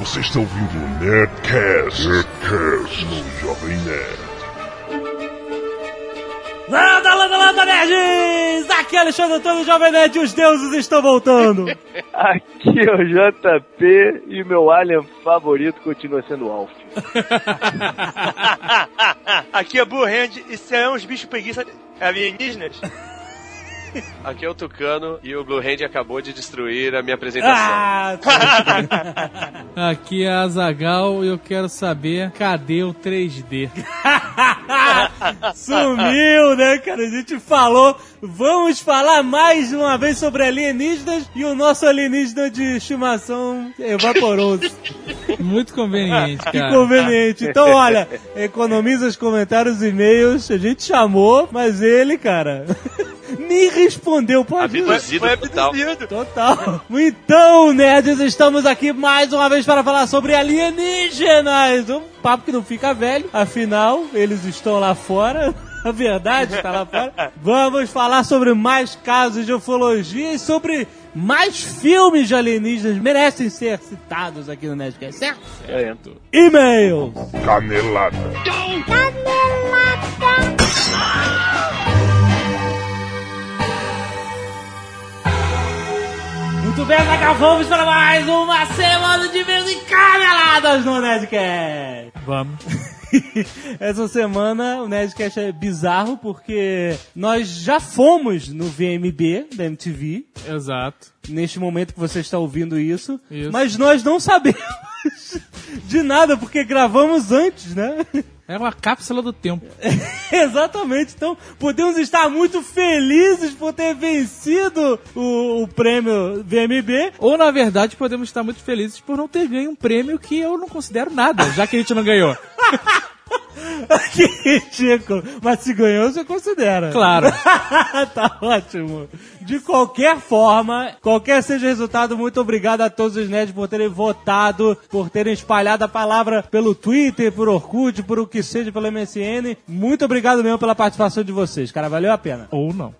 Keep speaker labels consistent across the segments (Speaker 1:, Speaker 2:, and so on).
Speaker 1: Você está ouvindo o Nerdcast, Nerdcast no Jovem Nerd.
Speaker 2: Landa, landa, landa, nerds! Aqui é Alexandre Antônio, Jovem Nerd, e os deuses estão voltando.
Speaker 3: Aqui é o JP e meu alien favorito continua sendo o Alf.
Speaker 4: Aqui é Blue Hand e são uns bichos preguiça alienígenas.
Speaker 5: Aqui é o Tucano e o Blue Hand acabou de destruir a minha apresentação.
Speaker 2: ah, tá.
Speaker 6: Aqui é a Zagal e eu quero saber cadê o 3D?
Speaker 2: Sumiu, né, cara? A gente falou. Vamos falar mais uma vez sobre alienígenas e o nosso alienígena de estimação evaporou.
Speaker 6: Muito conveniente,
Speaker 2: Que
Speaker 6: cara.
Speaker 2: conveniente. Então, olha, economiza os comentários e e-mails. A gente chamou, mas ele, cara, nem respondeu. Pode ir.
Speaker 6: é
Speaker 5: Abduzido
Speaker 4: Foi
Speaker 5: é total.
Speaker 4: abduzido.
Speaker 2: Total. Então, nerds, estamos aqui mais uma vez para falar sobre alienígenas. Um papo que não fica velho, afinal, eles estão lá fora. A verdade está lá fora. Vamos falar sobre mais casos de ufologia e sobre mais filmes de alienígenas merecem ser citados aqui no Nerdcast, certo?
Speaker 3: Certo.
Speaker 2: E-mails.
Speaker 1: Canelada.
Speaker 2: Muito bem, Zagal, vamos para mais uma semana de vez em caneladas no Nerdcast.
Speaker 6: Vamos.
Speaker 2: Essa semana o Nerdcast é bizarro porque nós já fomos no VMB da MTV,
Speaker 6: Exato.
Speaker 2: neste momento que você está ouvindo isso,
Speaker 6: Isso.
Speaker 2: mas nós não sabemos de nada porque gravamos antes, né?
Speaker 6: É uma cápsula do tempo.
Speaker 2: Exatamente, então podemos estar muito felizes por ter vencido o, o prêmio VMB.
Speaker 6: Ou, na verdade, podemos estar muito felizes por não ter ganho um prêmio que eu não considero nada, já que a gente não ganhou.
Speaker 2: que ridículo! Mas se ganhou, você considera.
Speaker 6: Claro.
Speaker 2: tá ótimo. De qualquer forma, qualquer seja o resultado, muito obrigado a todos os nerds por terem votado, por terem espalhado a palavra pelo Twitter, por Orkut, por o que seja, pelo MSN. Muito obrigado mesmo pela participação de vocês, cara. Valeu a pena.
Speaker 6: Ou não.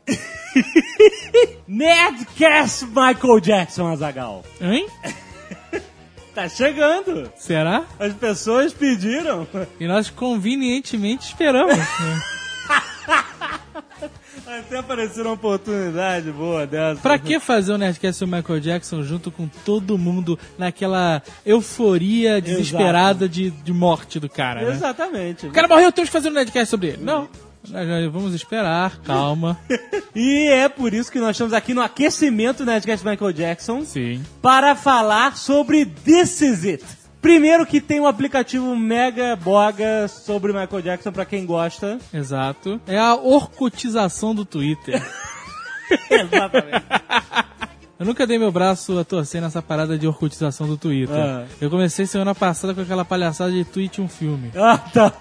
Speaker 2: Nerdcast Michael Jackson, Azagal.
Speaker 6: Hein?
Speaker 2: Tá chegando.
Speaker 6: Será?
Speaker 2: As pessoas pediram.
Speaker 6: E nós convenientemente esperamos. né?
Speaker 2: Até aparecer uma oportunidade boa dessa.
Speaker 6: Pra que fazer o Nerdcast e o Michael Jackson junto com todo mundo naquela euforia desesperada de, de morte do cara, né?
Speaker 2: Exatamente.
Speaker 6: O cara morreu, temos que fazer um Nerdcast sobre ele. Não. Nós- nós Vamos esperar, calma.
Speaker 2: E é por isso que nós estamos aqui no aquecimento do Nerdcast Michael Jackson
Speaker 6: Sim.
Speaker 2: para falar sobre This Is It. Primeiro que tem um aplicativo mega boga sobre Michael Jackson pra quem gosta.
Speaker 6: Exato. É a orcutização do Twitter.
Speaker 2: Exatamente.
Speaker 6: Eu nunca dei meu braço a torcer nessa parada de orcutização do Twitter.
Speaker 2: Ah.
Speaker 6: Eu comecei semana passada com aquela palhaçada de tweet um filme.
Speaker 2: ah, tá.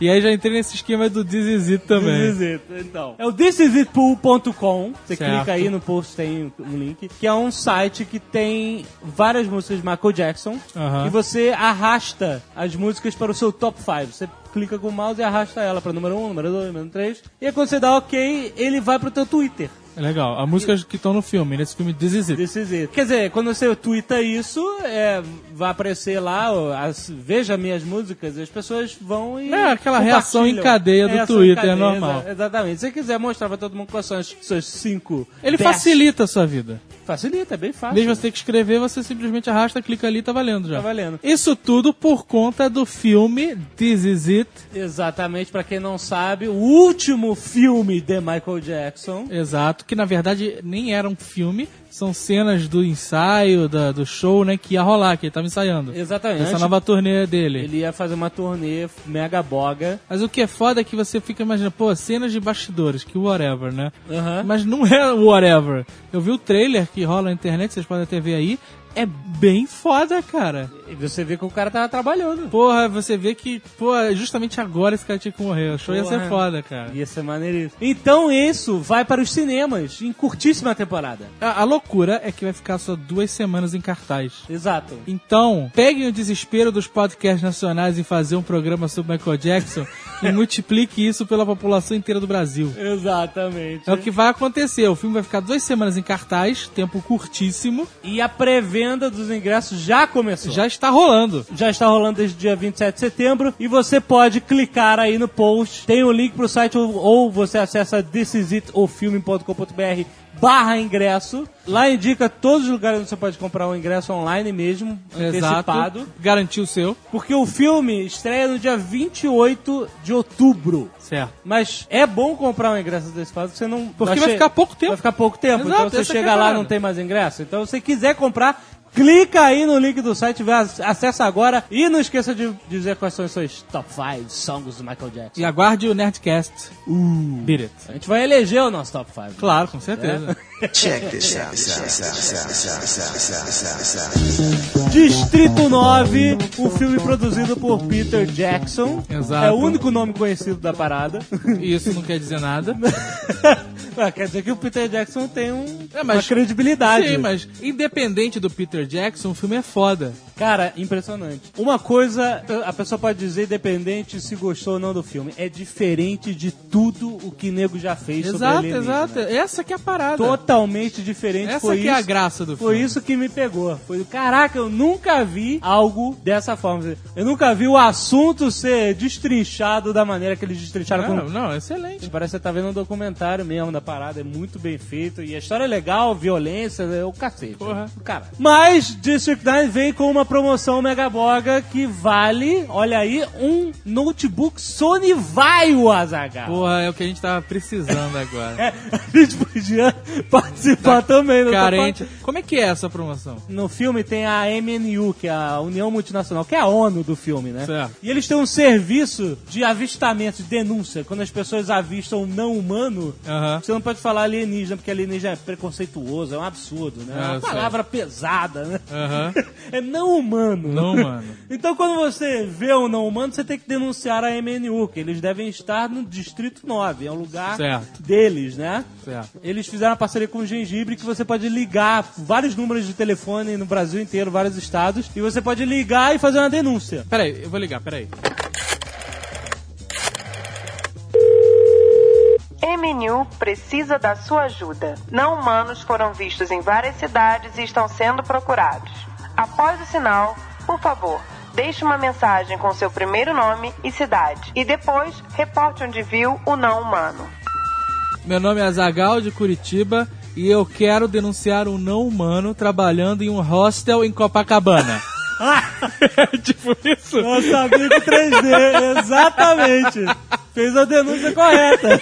Speaker 6: E aí já entrei nesse esquema do Dizizito também.
Speaker 2: This Is It, então. É o thisisitpool.com. Você
Speaker 6: Certo.
Speaker 2: clica aí no post, tem um link. Que é um site que tem várias músicas de Michael Jackson.
Speaker 6: Aham.
Speaker 2: E você arrasta as músicas para o seu top 5. Você clica com o mouse e arrasta ela para número 1, número 2, número 3. E aí quando você dá ok, ele vai pro teu Twitter.
Speaker 6: É Legal. As músicas que estão no filme, nesse filme Dizizito.
Speaker 2: This is it. Quer dizer, quando você twitta isso, é, vai aparecer lá, ó, as- veja minhas músicas, e as pessoas vão e.
Speaker 6: É, aquela reação
Speaker 2: compartilham.
Speaker 6: em cadeia do
Speaker 2: Reação em
Speaker 6: Twitter, é normal.
Speaker 2: exa- exatamente. Se você quiser mostrar pra todo mundo quais são as suas cinco.
Speaker 6: Ele
Speaker 2: best-
Speaker 6: facilita a sua vida.
Speaker 2: Facilita, é bem fácil.
Speaker 6: Mesmo você ter que escrever, você simplesmente arrasta, clica ali e tá valendo já.
Speaker 2: Tá valendo.
Speaker 6: Isso tudo por conta do filme This Is It.
Speaker 2: Exatamente, pra quem não sabe, o último filme de Michael Jackson.
Speaker 6: Exato, que na verdade nem era um filme, são cenas do ensaio, da- do show, né, que ia rolar, que ele tava ensaiando.
Speaker 2: Exatamente.
Speaker 6: Essa nova turnê dele.
Speaker 2: Ele ia fazer uma turnê mega boga.
Speaker 6: Mas o que é foda é que você fica imaginando, pô, cenas de bastidores, que whatever, né?
Speaker 2: Aham.
Speaker 6: Mas não é whatever. Eu vi o trailer que rola na internet, vocês podem até ver aí. É bem foda, cara.
Speaker 2: E você vê que o cara tava trabalhando.
Speaker 6: Porra, você vê que, pô, é justamente agora esse cara tinha que morrer. O show ia
Speaker 2: Porra.
Speaker 6: ser foda, cara.
Speaker 2: Ia ser maneiríssimo. Então isso vai para os cinemas em curtíssima temporada.
Speaker 6: A, a loucura é que vai ficar só duas semanas em cartaz.
Speaker 2: Exato.
Speaker 6: Então, peguem o desespero dos podcasts nacionais em fazer um programa sobre Michael Jackson e multiplique isso pela população inteira do Brasil.
Speaker 2: Exatamente.
Speaker 6: É o que vai acontecer. O filme vai ficar duas semanas em cartaz, tempo curtíssimo.
Speaker 2: E a pré-venda dos ingressos já começou.
Speaker 6: Já está rolando.
Speaker 2: Já está rolando desde o dia 27 de setembro e você pode clicar aí no post. Tem o link pro site ou, ou você acessa thisisitofilme.com.br barra ingresso. Lá indica todos os lugares onde você pode comprar o ingresso online mesmo, antecipado.
Speaker 6: Exato. Garantiu o seu.
Speaker 2: Porque o filme estreia no dia 28 de outubro.
Speaker 6: Certo.
Speaker 2: Mas é bom comprar um ingresso antecipado, porque você não...
Speaker 6: Porque vai ficar pouco tempo.
Speaker 2: Vai ficar pouco tempo.
Speaker 6: Exato,
Speaker 2: então você
Speaker 6: essa que é
Speaker 2: chega
Speaker 6: a
Speaker 2: lá e
Speaker 6: parada.
Speaker 2: não tem mais ingresso. Então se você quiser comprar, clica aí no link do site, vê, acessa agora. E não esqueça de dizer quais são as suas top 5 songs do Michael Jackson.
Speaker 6: E aguarde o Nerdcast. Uh. Beat it.
Speaker 2: A gente vai eleger o nosso top 5.
Speaker 6: Claro, com certeza.
Speaker 2: Distrito 9, um filme produzido por Peter Jackson.
Speaker 6: Exato.
Speaker 2: É o único nome conhecido da parada.
Speaker 6: E É. Isso não quer dizer nada.
Speaker 2: Ah, Quer dizer que o Peter Jackson tem um,
Speaker 6: É, mas-
Speaker 2: uma credibilidade.
Speaker 6: Sim, mas independente do Peter Jackson, o filme é foda.
Speaker 2: Cara, impressionante. Uma coisa eh, a pessoa pode dizer, independente se gostou ou não do filme, é diferente de tudo o que nego já fez
Speaker 6: Exato,
Speaker 2: sobre alienígena.
Speaker 6: exato. Essa que é a parada.
Speaker 2: Totalmente diferente.
Speaker 6: Essa
Speaker 2: foi
Speaker 6: que é
Speaker 2: isso,
Speaker 6: a graça do
Speaker 2: Foi
Speaker 6: filme.
Speaker 2: isso que me pegou. Foi, caraca, eu nunca vi algo dessa forma. Eu nunca vi o assunto ser destrinchado da maneira que eles destrincharam com
Speaker 6: Não, não, excelente.
Speaker 2: Parece que você tá vendo um documentário mesmo da parada, é muito bem feito. E a história é legal, violência, é o cacete.
Speaker 6: Porra.
Speaker 2: Cara. Mas District 9 vem com uma promoção megaboga que vale, olha aí, um notebook Sony Vaio, Azaghal.
Speaker 6: Porra, é o que a gente tava precisando agora.
Speaker 2: É, a gente podia participar também. não tô
Speaker 6: Tá Carente.
Speaker 2: falando-
Speaker 6: Como é que é essa promoção?
Speaker 2: No filme tem a MNU, que é a União Multinacional, que é a ONU do filme, né?
Speaker 6: Certo.
Speaker 2: E eles têm um serviço de avistamento, de denúncia. Quando as pessoas avistam um não humano,
Speaker 6: Aham.
Speaker 2: você não pode falar alienígena, porque alienígena é preconceituoso, é um absurdo, né? É
Speaker 6: Ah,
Speaker 2: uma
Speaker 6: certo.
Speaker 2: palavra pesada, né?
Speaker 6: Aham.
Speaker 2: É não humano.
Speaker 6: Não humano.
Speaker 2: Então, quando você vê um não humano, você tem que denunciar a MNU, que eles devem estar no Distrito 9, é um lugar
Speaker 6: Certo.
Speaker 2: deles, né?
Speaker 6: Certo.
Speaker 2: Eles fizeram a parceria com o Gengibre, que você pode ligar vários números de telefone no Brasil inteiro, vários estados, e você pode ligar e fazer uma denúncia.
Speaker 6: Peraí, eu vou ligar, peraí.
Speaker 7: MNU precisa da sua ajuda. Não humanos foram vistos em várias cidades e estão sendo procurados. Após o sinal, por favor, deixe uma mensagem com seu primeiro nome e cidade. E depois, reporte onde viu o não humano.
Speaker 6: Meu nome é Azagal de Curitiba e eu quero denunciar um não humano trabalhando em um hostel em Copacabana. tipo isso?
Speaker 2: Nosso amigo 3D, exatamente. Fez a denúncia correta.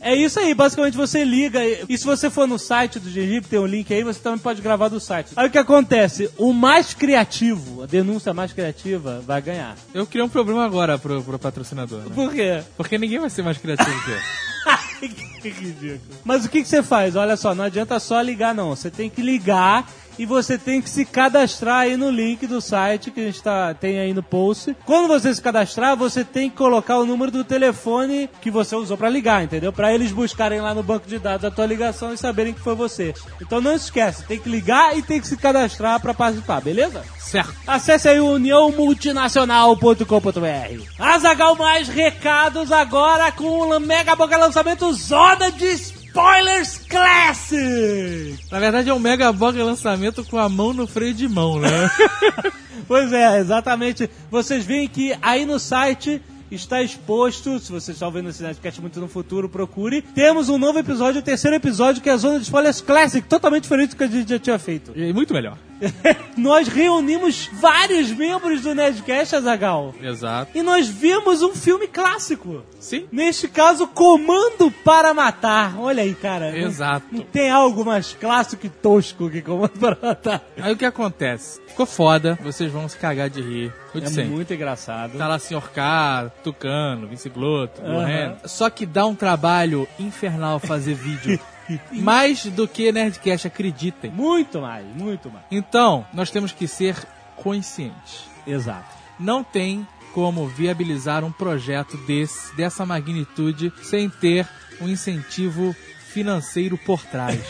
Speaker 2: É isso aí, basicamente você liga. E se você for no site do Gengibre, tem um link aí, você também pode gravar do site. Aí o que acontece? O mais criativo, a denúncia mais criativa, vai ganhar.
Speaker 6: Eu criei um problema agora pro, pro patrocinador. né?
Speaker 2: Por quê?
Speaker 6: Porque ninguém vai ser mais criativo que eu.
Speaker 2: que ridículo. Mas o que, que você faz? Olha só, não adianta só ligar, não. Você tem que ligar e você tem que se cadastrar aí no link do site que a gente tá, tem aí no post. Quando você se cadastrar, você tem que colocar o número do telefone que você usou pra ligar, entendeu? Pra eles buscarem lá no banco de dados a tua ligação e saberem que foi você. Então não esquece, tem que ligar e tem que se cadastrar pra participar, beleza?
Speaker 6: Certo.
Speaker 2: Acesse aí uniãomultinacional.com.br. Azagal mais recados agora com o mega boca lançamento Zoda de Spoilers Classic.
Speaker 6: Na verdade é um mega boga lançamento com a mão no freio de mão, né?
Speaker 2: Pois é, exatamente. Vocês veem que aí no site está exposto, se vocês estão vendo esse Nerdcast muito no futuro, procure. Temos um novo episódio, o terceiro episódio, que é a Zona de Spoilers Classic, totalmente diferente do que a gente já tinha feito.
Speaker 6: e muito melhor.
Speaker 2: Nós reunimos vários membros do Nerdcast, Azagal.
Speaker 6: Exato.
Speaker 2: E nós vimos um filme clássico.
Speaker 6: Sim.
Speaker 2: Neste caso, Comando para Matar. Olha aí, cara. Não-
Speaker 6: Exato.
Speaker 2: Não, tem algo mais clássico e tosco que Comando para Matar.
Speaker 6: Aí o que acontece? Ficou foda, vocês vão se cagar de rir. O de
Speaker 2: É
Speaker 6: sempre.
Speaker 2: muito engraçado.
Speaker 6: Tá lá Sr. K, Tucano, Vince Glotto, Blue
Speaker 2: Aham.
Speaker 6: Hand. Só que dá um trabalho infernal fazer vídeo. Mais do que Nerdcast, acreditem.
Speaker 2: Muito mais, muito mais.
Speaker 6: Então, nós temos que ser conscientes.
Speaker 2: Exato.
Speaker 6: Não tem como viabilizar um projeto desse, dessa magnitude sem ter um incentivo financeiro por trás.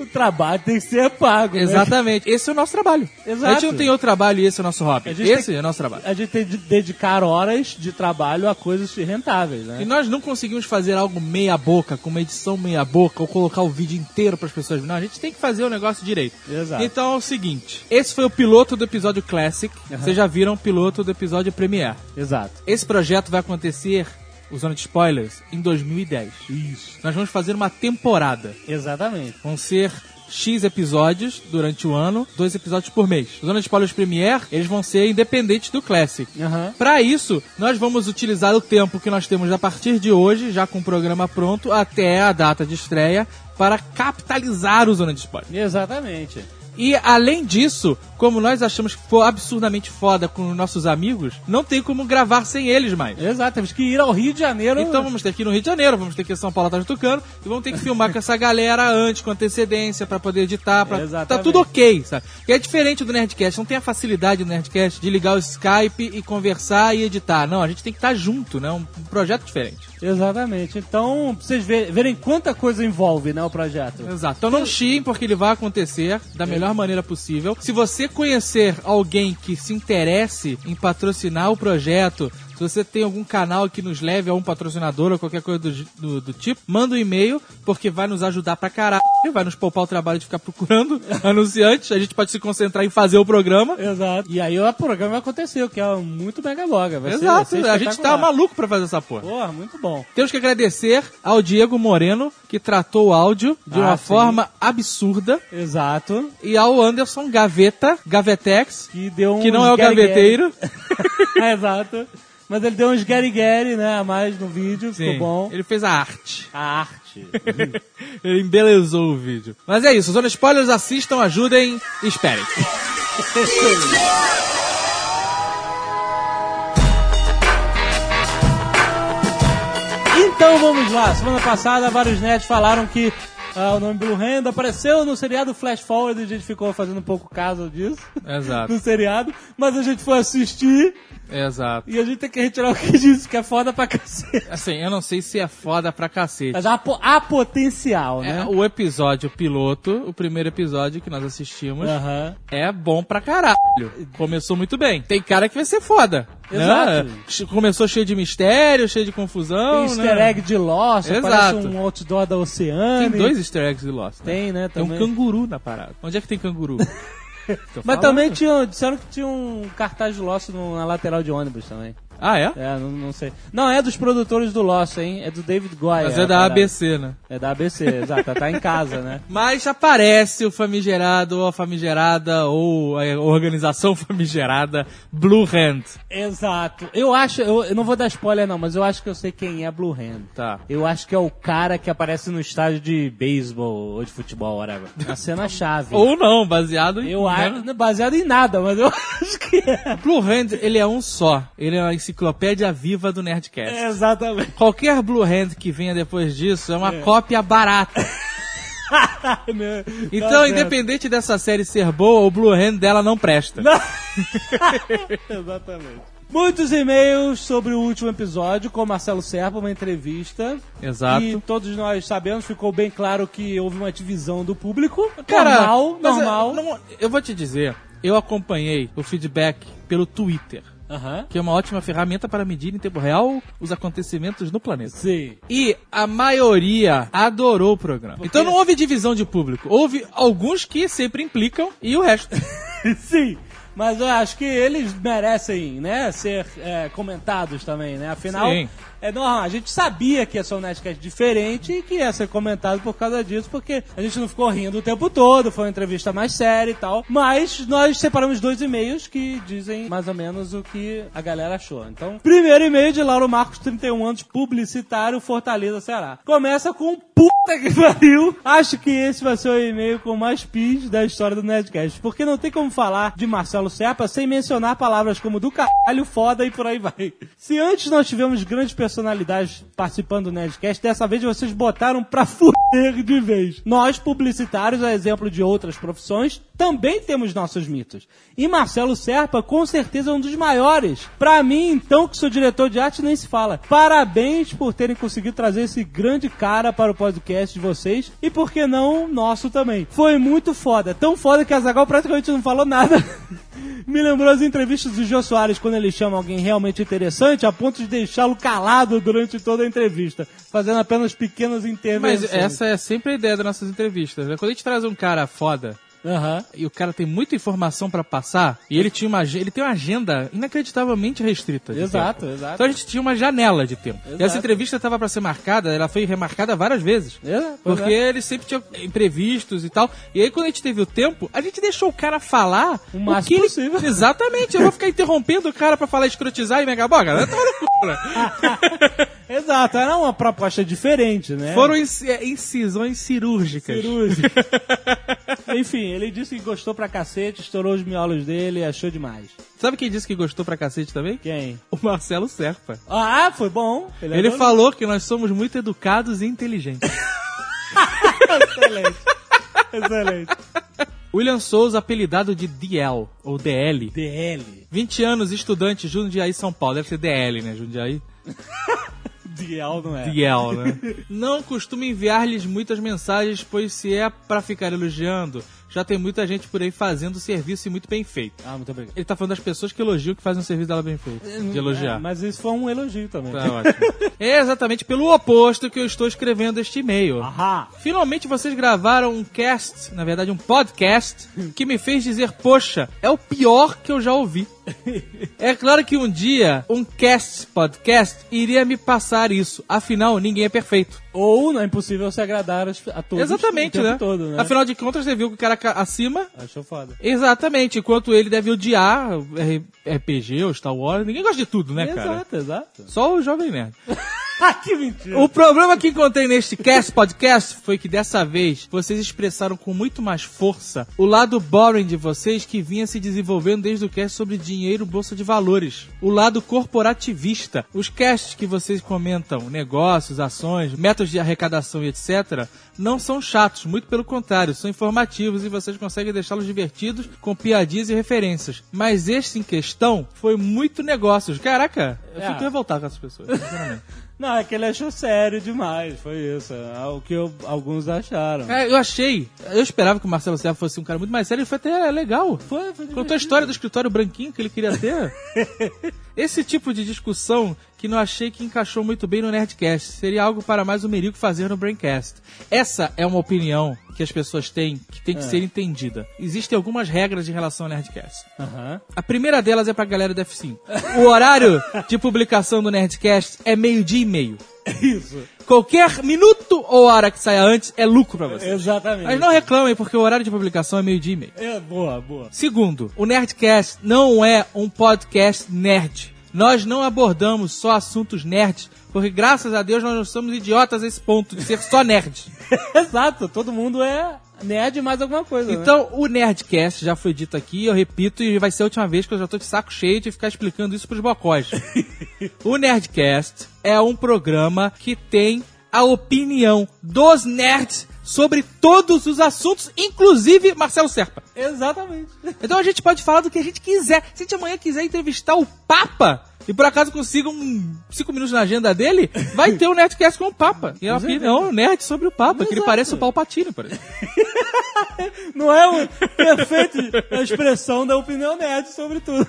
Speaker 2: O trabalho tem que ser pago. né?
Speaker 6: Exatamente. Esse é o nosso trabalho.
Speaker 2: Exato.
Speaker 6: A gente não tem outro trabalho e esse é o nosso hobby.
Speaker 2: A gente
Speaker 6: Esse
Speaker 2: tem-
Speaker 6: é o nosso trabalho.
Speaker 2: A gente tem de dedicar horas de trabalho a coisas rentáveis,
Speaker 6: E
Speaker 2: né?
Speaker 6: nós não conseguimos fazer algo meia boca, com uma edição meia boca, ou colocar o vídeo inteiro para as pessoas. verem. Não, a gente tem que fazer o negócio direito.
Speaker 2: Exato.
Speaker 6: Então é o seguinte, esse foi o piloto do episódio Classic. Vocês já viram o piloto do episódio Premiere.
Speaker 2: Exato.
Speaker 6: Esse projeto vai acontecer, usando de spoilers, em 2010. Isso. Nós vamos fazer uma temporada.
Speaker 2: Exatamente.
Speaker 6: Vão ser X episódios durante o ano, dois episódios por mês. Zona de Spoilers Premiere, eles vão ser independentes do Classic.
Speaker 2: Aham.
Speaker 6: Para isso, nós vamos utilizar o tempo que nós temos a partir de hoje, já com o programa pronto, até a data de estreia, para capitalizar o Zona de Spoilers.
Speaker 2: Exatamente.
Speaker 6: E além disso, como nós achamos que foi absurdamente foda com os nossos amigos, não tem como gravar sem eles mais.
Speaker 2: Exato. Temos que ir ao Rio de Janeiro. né?
Speaker 6: Então vamos ter que ir no Rio de Janeiro, vamos ter que ir em São Paulo atrás do Tucano e vamos ter que filmar com essa galera antes, com antecedência, pra poder editar, pra...
Speaker 2: Exatamente.
Speaker 6: tá tudo ok, sabe? Que é diferente do Nerdcast, não tem a facilidade do Nerdcast de ligar o Skype e conversar e editar. Não, a gente tem que estar junto, né? Um um projeto diferente.
Speaker 2: Exatamente. Então, pra vocês ve- verem quanta coisa envolve, né, o projeto.
Speaker 6: Exato. Então não chiem, porque ele vai acontecer da melhor maneira possível. Se você conhecer alguém que se interesse em patrocinar o projeto, se você tem algum canal que nos leve a um patrocinador ou qualquer coisa do, gi- do- do tipo, manda um e-mail, porque vai nos ajudar pra caralho, vai nos poupar o trabalho de ficar procurando anunciantes, a gente pode se concentrar em fazer o programa.
Speaker 2: Exato. E aí o programa aconteceu, que é muito mega boga. Vai ser-
Speaker 6: Exato,
Speaker 2: vai ser
Speaker 6: a gente tá
Speaker 2: espetacular.
Speaker 6: maluco pra fazer essa porra.
Speaker 2: Porra, muito bom.
Speaker 6: Temos que agradecer ao Diego Moreno, que tratou o áudio de
Speaker 2: Ah,
Speaker 6: uma
Speaker 2: sim.
Speaker 6: forma absurda.
Speaker 2: Exato.
Speaker 6: e ao Anderson Gaveta, Gavetex,
Speaker 2: Que deu um.
Speaker 6: que não é o gaveteiro.
Speaker 2: É, Exato. Mas ele deu uns guerigueri, né, a mais no vídeo, ficou
Speaker 6: Sim,
Speaker 2: bom.
Speaker 6: Ele fez a arte.
Speaker 2: A arte.
Speaker 6: Ele embelezou o vídeo. Mas é isso, Zona Spoilers, assistam, ajudem e esperem.
Speaker 2: Então vamos lá. Semana passada, vários nerds falaram que ah, o nome Blue Hand apareceu no seriado Flash Forward e a gente ficou fazendo um pouco caso disso.
Speaker 6: Exato.
Speaker 2: No seriado. Mas a gente foi assistir
Speaker 6: Exato.
Speaker 2: e a gente tem que retirar o que disse, que é foda pra cacete.
Speaker 6: Assim, eu não sei se é foda pra cacete.
Speaker 2: Mas há, po- há potencial,
Speaker 6: É,
Speaker 2: né?
Speaker 6: o episódio piloto, o primeiro episódio que nós assistimos,
Speaker 2: Aham.
Speaker 6: é bom pra caralho. Começou muito bem. Tem cara que vai ser foda. né?
Speaker 2: Exato.
Speaker 6: Che- Começou cheio de mistério, cheio de
Speaker 2: Tem
Speaker 6: confusão.
Speaker 2: easter
Speaker 6: né?
Speaker 2: egg de Lost,
Speaker 6: Exato.
Speaker 2: aparece um outdoor da Oceane.
Speaker 6: Tem dois easter eggs de Lost. né?
Speaker 2: Tem, né,
Speaker 6: Tem um
Speaker 2: também.
Speaker 6: canguru na parada. Onde é que tem canguru? Tô
Speaker 2: Mas
Speaker 6: falando.
Speaker 2: também tinha, disseram que tinha um cartaz de Lost no- na lateral de ônibus também.
Speaker 6: Ah, é?
Speaker 2: É, não, não sei. Não, é dos produtores do Lost, hein? É do David Goyer.
Speaker 6: Mas
Speaker 2: a
Speaker 6: é da
Speaker 2: parada.
Speaker 6: ABC, né?
Speaker 2: É da ABC, exato. Tá- Tá em casa, né?
Speaker 6: Mas aparece o famigerado ou a famigerada ou a organização famigerada Blue Hand.
Speaker 2: Exato. Eu acho, eu, eu não vou dar spoiler não, mas eu acho que eu sei quem é Blue Hand.
Speaker 6: Tá.
Speaker 2: Eu acho que é o cara que aparece no estádio de beisebol ou de futebol, whatever. A cena chave.
Speaker 6: Ou não, baseado em. né?
Speaker 2: Eu acho, é baseado em nada, mas eu acho que é.
Speaker 6: Blue Hand, ele é um só. Ele é a enciclopédia viva do Nerdcast.
Speaker 2: Exatamente.
Speaker 6: Qualquer Blue Hand que venha depois disso é uma cópia barata.
Speaker 2: Né?
Speaker 6: Então,
Speaker 2: Tá
Speaker 6: independente dessa série ser boa, o Blue Hand dela não presta.
Speaker 2: Exatamente. Muitos e-mails sobre o último episódio com o Marcelo Serpa, uma entrevista.
Speaker 6: Exato.
Speaker 2: E todos nós sabemos, ficou bem claro que houve uma divisão do público.
Speaker 6: Cara,
Speaker 2: normal,
Speaker 6: mas é-
Speaker 2: normal.
Speaker 6: não- eu vou te dizer, eu acompanhei o feedback pelo Twitter,
Speaker 2: Aham.
Speaker 6: que é uma ótima ferramenta para medir em tempo real os acontecimentos no planeta.
Speaker 2: Sim.
Speaker 6: E a maioria adorou o programa. Então não houve divisão de público. Houve alguns que sempre implicam e o resto.
Speaker 2: É Sim. Mas eu acho que eles merecem, né, ser é, comentados também, né? Afinal,
Speaker 6: Sim.
Speaker 2: é normal. A gente sabia que ia ser um Nerdcast diferente e que ia ser comentado por causa disso, porque a gente não ficou rindo o tempo todo, foi uma entrevista mais séria e tal. Mas nós separamos dois e-mails que dizem mais ou menos o que a galera achou. Então, primeiro e-mail de Lauro Marcos, 31 anos, publicitário, Fortaleza, Ceará. Começa com puta que pariu. Acho que esse vai ser o e-mail com mais pis da história do Nerdcast, porque não tem como falar de Marcelo Serpa sem mencionar palavras como do caralho, foda e por aí vai. Se antes nós tivemos grandes personalidades participando do Nerdcast, dessa vez vocês botaram pra fuder de vez. Nós, publicitários, a exemplo de outras profissões, também temos nossos mitos. E Marcelo Serpa, com certeza, é um dos maiores. Pra mim, então, que sou diretor de arte, nem se fala. Parabéns por terem conseguido trazer esse grande cara para o podcast de vocês. E por que não, o nosso também. Foi muito foda. Tão foda que a Zagal praticamente não falou nada. Me lembrou as entrevistas do Jô Soares quando ele chama alguém realmente interessante a ponto de deixá-lo calado durante toda a entrevista, fazendo apenas pequenas intervenções.
Speaker 6: Mas essa é sempre a ideia das nossas entrevistas, né? Quando a gente traz um cara foda
Speaker 2: Aham.
Speaker 6: e o cara tem muita informação pra passar, e ele tinha uma agen- ele tem uma agenda inacreditavelmente restrita. de
Speaker 2: Exato,
Speaker 6: tempo.
Speaker 2: exato.
Speaker 6: Então a gente tinha uma janela de tempo. E essa
Speaker 2: Exato.
Speaker 6: entrevista tava pra ser marcada, ela foi remarcada várias vezes.
Speaker 2: É, pois
Speaker 6: Porque
Speaker 2: é.
Speaker 6: eles sempre tinham imprevistos e tal. E aí, quando a gente teve o tempo, a gente deixou o cara falar
Speaker 2: O máximo
Speaker 6: que ele-
Speaker 2: possível.
Speaker 6: Exatamente. Eu vou ficar interrompendo o cara pra falar escrotizar e mega boga. Vai tomar no cu, né?
Speaker 2: Exato, era uma proposta diferente, né?
Speaker 6: Foram inci- é, incisões cirúrgicas.
Speaker 2: cirúrgico. Enfim, ele disse que gostou pra cacete, estourou os miolos dele, achou demais.
Speaker 6: Sabe quem disse que gostou pra cacete também?
Speaker 2: Quem?
Speaker 6: O Marcelo Serpa.
Speaker 2: Ah, foi bom.
Speaker 6: Ele
Speaker 2: adorou.
Speaker 6: falou que nós somos muito educados e inteligentes.
Speaker 2: Excelente. Excelente.
Speaker 6: William Souza, apelidado de DL, ou DL.
Speaker 2: DL.
Speaker 6: 20 anos, estudante, Jundiaí, São Paulo. Deve ser DL, né, Jundiaí?
Speaker 2: DL não é.
Speaker 6: Yel, né? Não costumo enviar-lhes muitas mensagens, pois se é pra ficar elogiando, já tem muita gente por aí fazendo o serviço e muito bem feito.
Speaker 2: Ah, muito obrigado.
Speaker 6: Ele tá falando das pessoas que elogiam que fazem o serviço dela bem feito. De
Speaker 2: É,
Speaker 6: elogiar.
Speaker 2: mas isso foi um elogio também.
Speaker 6: Tá ótimo. É exatamente pelo oposto que eu estou escrevendo este e-mail.
Speaker 2: Ahá.
Speaker 6: Finalmente vocês gravaram um cast, na verdade um podcast, que me fez dizer, poxa, é o pior que eu já ouvi. É claro que um dia um cast podcast iria me passar isso. Afinal, ninguém é perfeito.
Speaker 2: Ou não é impossível se agradar as- a todos
Speaker 6: Exatamente,
Speaker 2: o tempo
Speaker 6: né?
Speaker 2: todo, né?
Speaker 6: Afinal de contas, você viu que o cara ca- acima.
Speaker 2: Achou foda.
Speaker 6: Exatamente, enquanto ele deve odiar R- RPG ou Star Wars. Ninguém gosta de tudo, né, cara?
Speaker 2: Exato, exato.
Speaker 6: Só o jovem nerd.
Speaker 2: Ah, que mentira.
Speaker 6: O problema que encontrei neste cast podcast foi que dessa vez vocês expressaram com muito mais força o lado boring de vocês que vinha se desenvolvendo desde o cast sobre dinheiro bolsa de valores, o lado corporativista, os casts que vocês comentam negócios, ações, métodos de arrecadação e etc. Não são chatos, muito pelo contrário, são informativos e vocês conseguem deixá-los divertidos com piadinhas e referências. Mas este em questão foi muito negócios. Caraca, eu
Speaker 2: É.
Speaker 6: fico revoltado com essas pessoas, sinceramente.
Speaker 2: Não, é que ele achou sério demais, foi isso. É o que eu- alguns acharam.
Speaker 6: É, eu achei. Eu esperava que o Marcelo Serra fosse um cara muito mais sério. Ele foi até legal.
Speaker 2: Foi, foi
Speaker 6: Contou a história do escritório branquinho que ele queria ter. Esse tipo de discussão que não achei que encaixou muito bem no Nerdcast. Seria algo para mais o Merico fazer no Braincast. Essa é uma opinião que as pessoas têm, que tem que ser entendida. Existem algumas regras em relação ao Nerdcast.
Speaker 2: Aham.
Speaker 6: A primeira delas é pra galera do F5. O horário de publicação do Nerdcast é meio-dia e meio.
Speaker 2: Isso,
Speaker 6: Qualquer minuto ou hora que saia antes é lucro pra você.
Speaker 2: exatamente.
Speaker 6: Mas não reclamem, porque o horário de publicação é meio-dia e meio.
Speaker 2: É, boa, boa.
Speaker 6: Segundo, o Nerdcast não é um podcast nerd. Nós não abordamos só assuntos nerds, porque graças a Deus nós não somos idiotas a esse ponto de ser só nerd.
Speaker 2: Exato, todo mundo é nerd mais alguma coisa. né?
Speaker 6: Então, o Nerdcast já foi dito aqui, eu repito, e vai ser a última vez que eu já tô de saco cheio de ficar explicando isso pros bocós. o Nerdcast é um programa que tem a opinião dos nerds sobre todos os assuntos, inclusive Marcelo Serpa.
Speaker 2: Exatamente.
Speaker 6: Então a gente pode falar do que a gente quiser. Se a gente amanhã quiser entrevistar o Papa e por acaso consiga um 5 minutos na agenda dele, vai ter um Nerdcast com o Papa. E a opinião nerd sobre o Papa, que ele
Speaker 2: Exato.
Speaker 6: parece o Palpatine, por exemplo.
Speaker 2: Não é um perfeito a expressão da opinião nerd sobre tudo.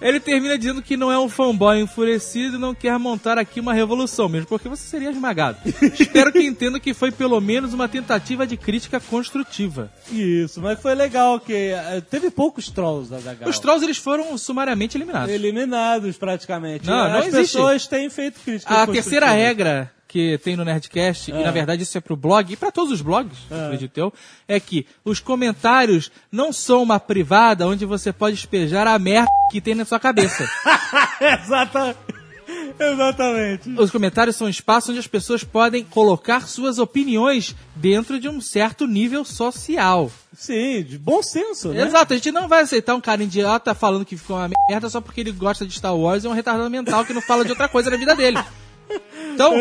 Speaker 6: Ele termina dizendo que não é um fanboy enfurecido e não quer montar aqui uma revolução, mesmo porque você seria esmagado. Espero que entenda que foi pelo menos uma tentativa de crítica construtiva.
Speaker 2: Isso, mas foi legal que eh, teve poucos trolls da Zagal.
Speaker 6: Os trolls eles foram sumariamente eliminados.
Speaker 2: Eliminados praticamente.
Speaker 6: Não,
Speaker 2: As
Speaker 6: não existe.
Speaker 2: pessoas têm feito crítica.
Speaker 6: A terceira regra que tem no Nerdcast, e na verdade isso é pro blog, e pra todos os blogs, acredito eu, é que os comentários não são uma privada onde você pode espejar a merda que tem na sua cabeça.
Speaker 2: Exata... Exatamente.
Speaker 6: os comentários são um espaço onde as pessoas podem colocar suas opiniões dentro de um certo nível social.
Speaker 2: Sim, de bom senso, né?
Speaker 6: Exato, a gente não vai aceitar um cara idiota falando que ficou uma merda só porque ele gosta de Star Wars e é um retardado mental que não fala de outra coisa na vida dele. Então,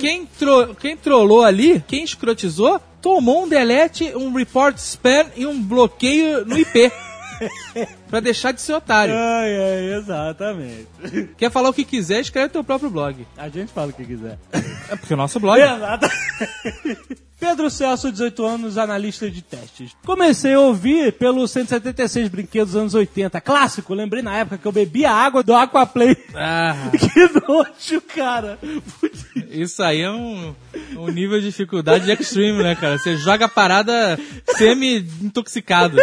Speaker 6: quem, tro quem trollou ali, quem escrotizou, tomou um delete, um report spam e um bloqueio no IP. pra deixar de ser otário.
Speaker 2: Ai, ai, exatamente.
Speaker 6: Quer falar o que quiser, escreve teu próprio blog.
Speaker 2: A gente fala o que quiser.
Speaker 6: É porque o nosso blog.
Speaker 2: Exato. Pedro Celso, 18 anos, analista de testes. Comecei a ouvir pelo 176 Brinquedos anos 80. Clássico, lembrei na época que eu bebia água do Aquaplay.
Speaker 6: Ah,
Speaker 2: Que nojo, cara. Putz.
Speaker 6: isso aí é um, um nível de dificuldade de extreme, né, cara? Você joga a parada semi-intoxicado.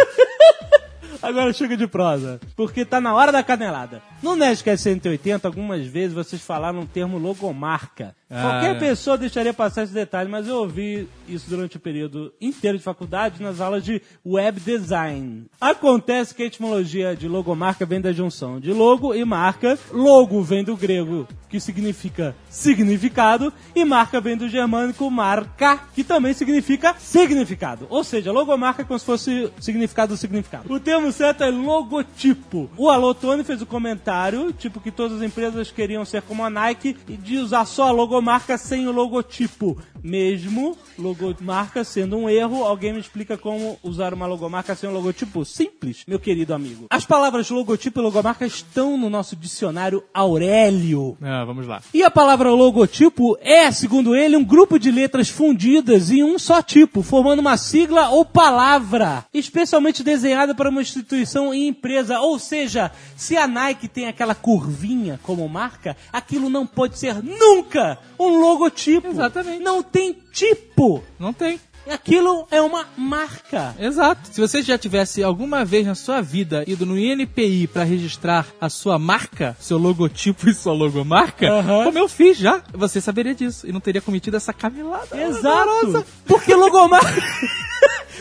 Speaker 2: Agora chega de prosa, porque tá na hora da canelada. No Nerdcast 180, algumas vezes vocês falaram o termo logomarca. Qualquer
Speaker 6: é.
Speaker 2: pessoa deixaria passar esse detalhe, mas eu ouvi isso durante o período inteiro de faculdade nas aulas de web design. Acontece que a etimologia de logomarca vem da junção de logo e marca. Logo vem do grego, que significa significado, e marca vem do germânico marca, que também significa significado. Ou seja, logomarca é como se fosse significado do significado. O termo certo é logotipo. O Alotone fez o comentário, tipo, que todas as empresas queriam ser como a Nike e de usar só a logomarca sem o logotipo. Mesmo logomarca sendo um erro, alguém me explica como usar uma logomarca sem um logotipo? Simples, meu querido amigo. As palavras logotipo e logomarca estão no nosso dicionário Aurélio.
Speaker 6: Ah, vamos lá.
Speaker 2: E a palavra logotipo é, segundo ele, um grupo de letras fundidas em um só tipo, formando uma sigla ou palavra, especialmente desenhada para uma instituição e empresa. Ou seja, se a Nike tem aquela curvinha como marca, aquilo não pode ser nunca um logotipo.
Speaker 6: Exatamente.
Speaker 2: Não tem tipo.
Speaker 6: Não tem.
Speaker 2: Aquilo é uma marca.
Speaker 6: Exato. Se você já tivesse alguma vez na sua vida ido no INPI pra registrar a sua marca, seu logotipo e sua logomarca,
Speaker 2: Aham.
Speaker 6: como eu fiz já, você saberia disso e não teria cometido essa camelada.
Speaker 2: Exato.
Speaker 6: horrorosa.
Speaker 2: Porque logomarca.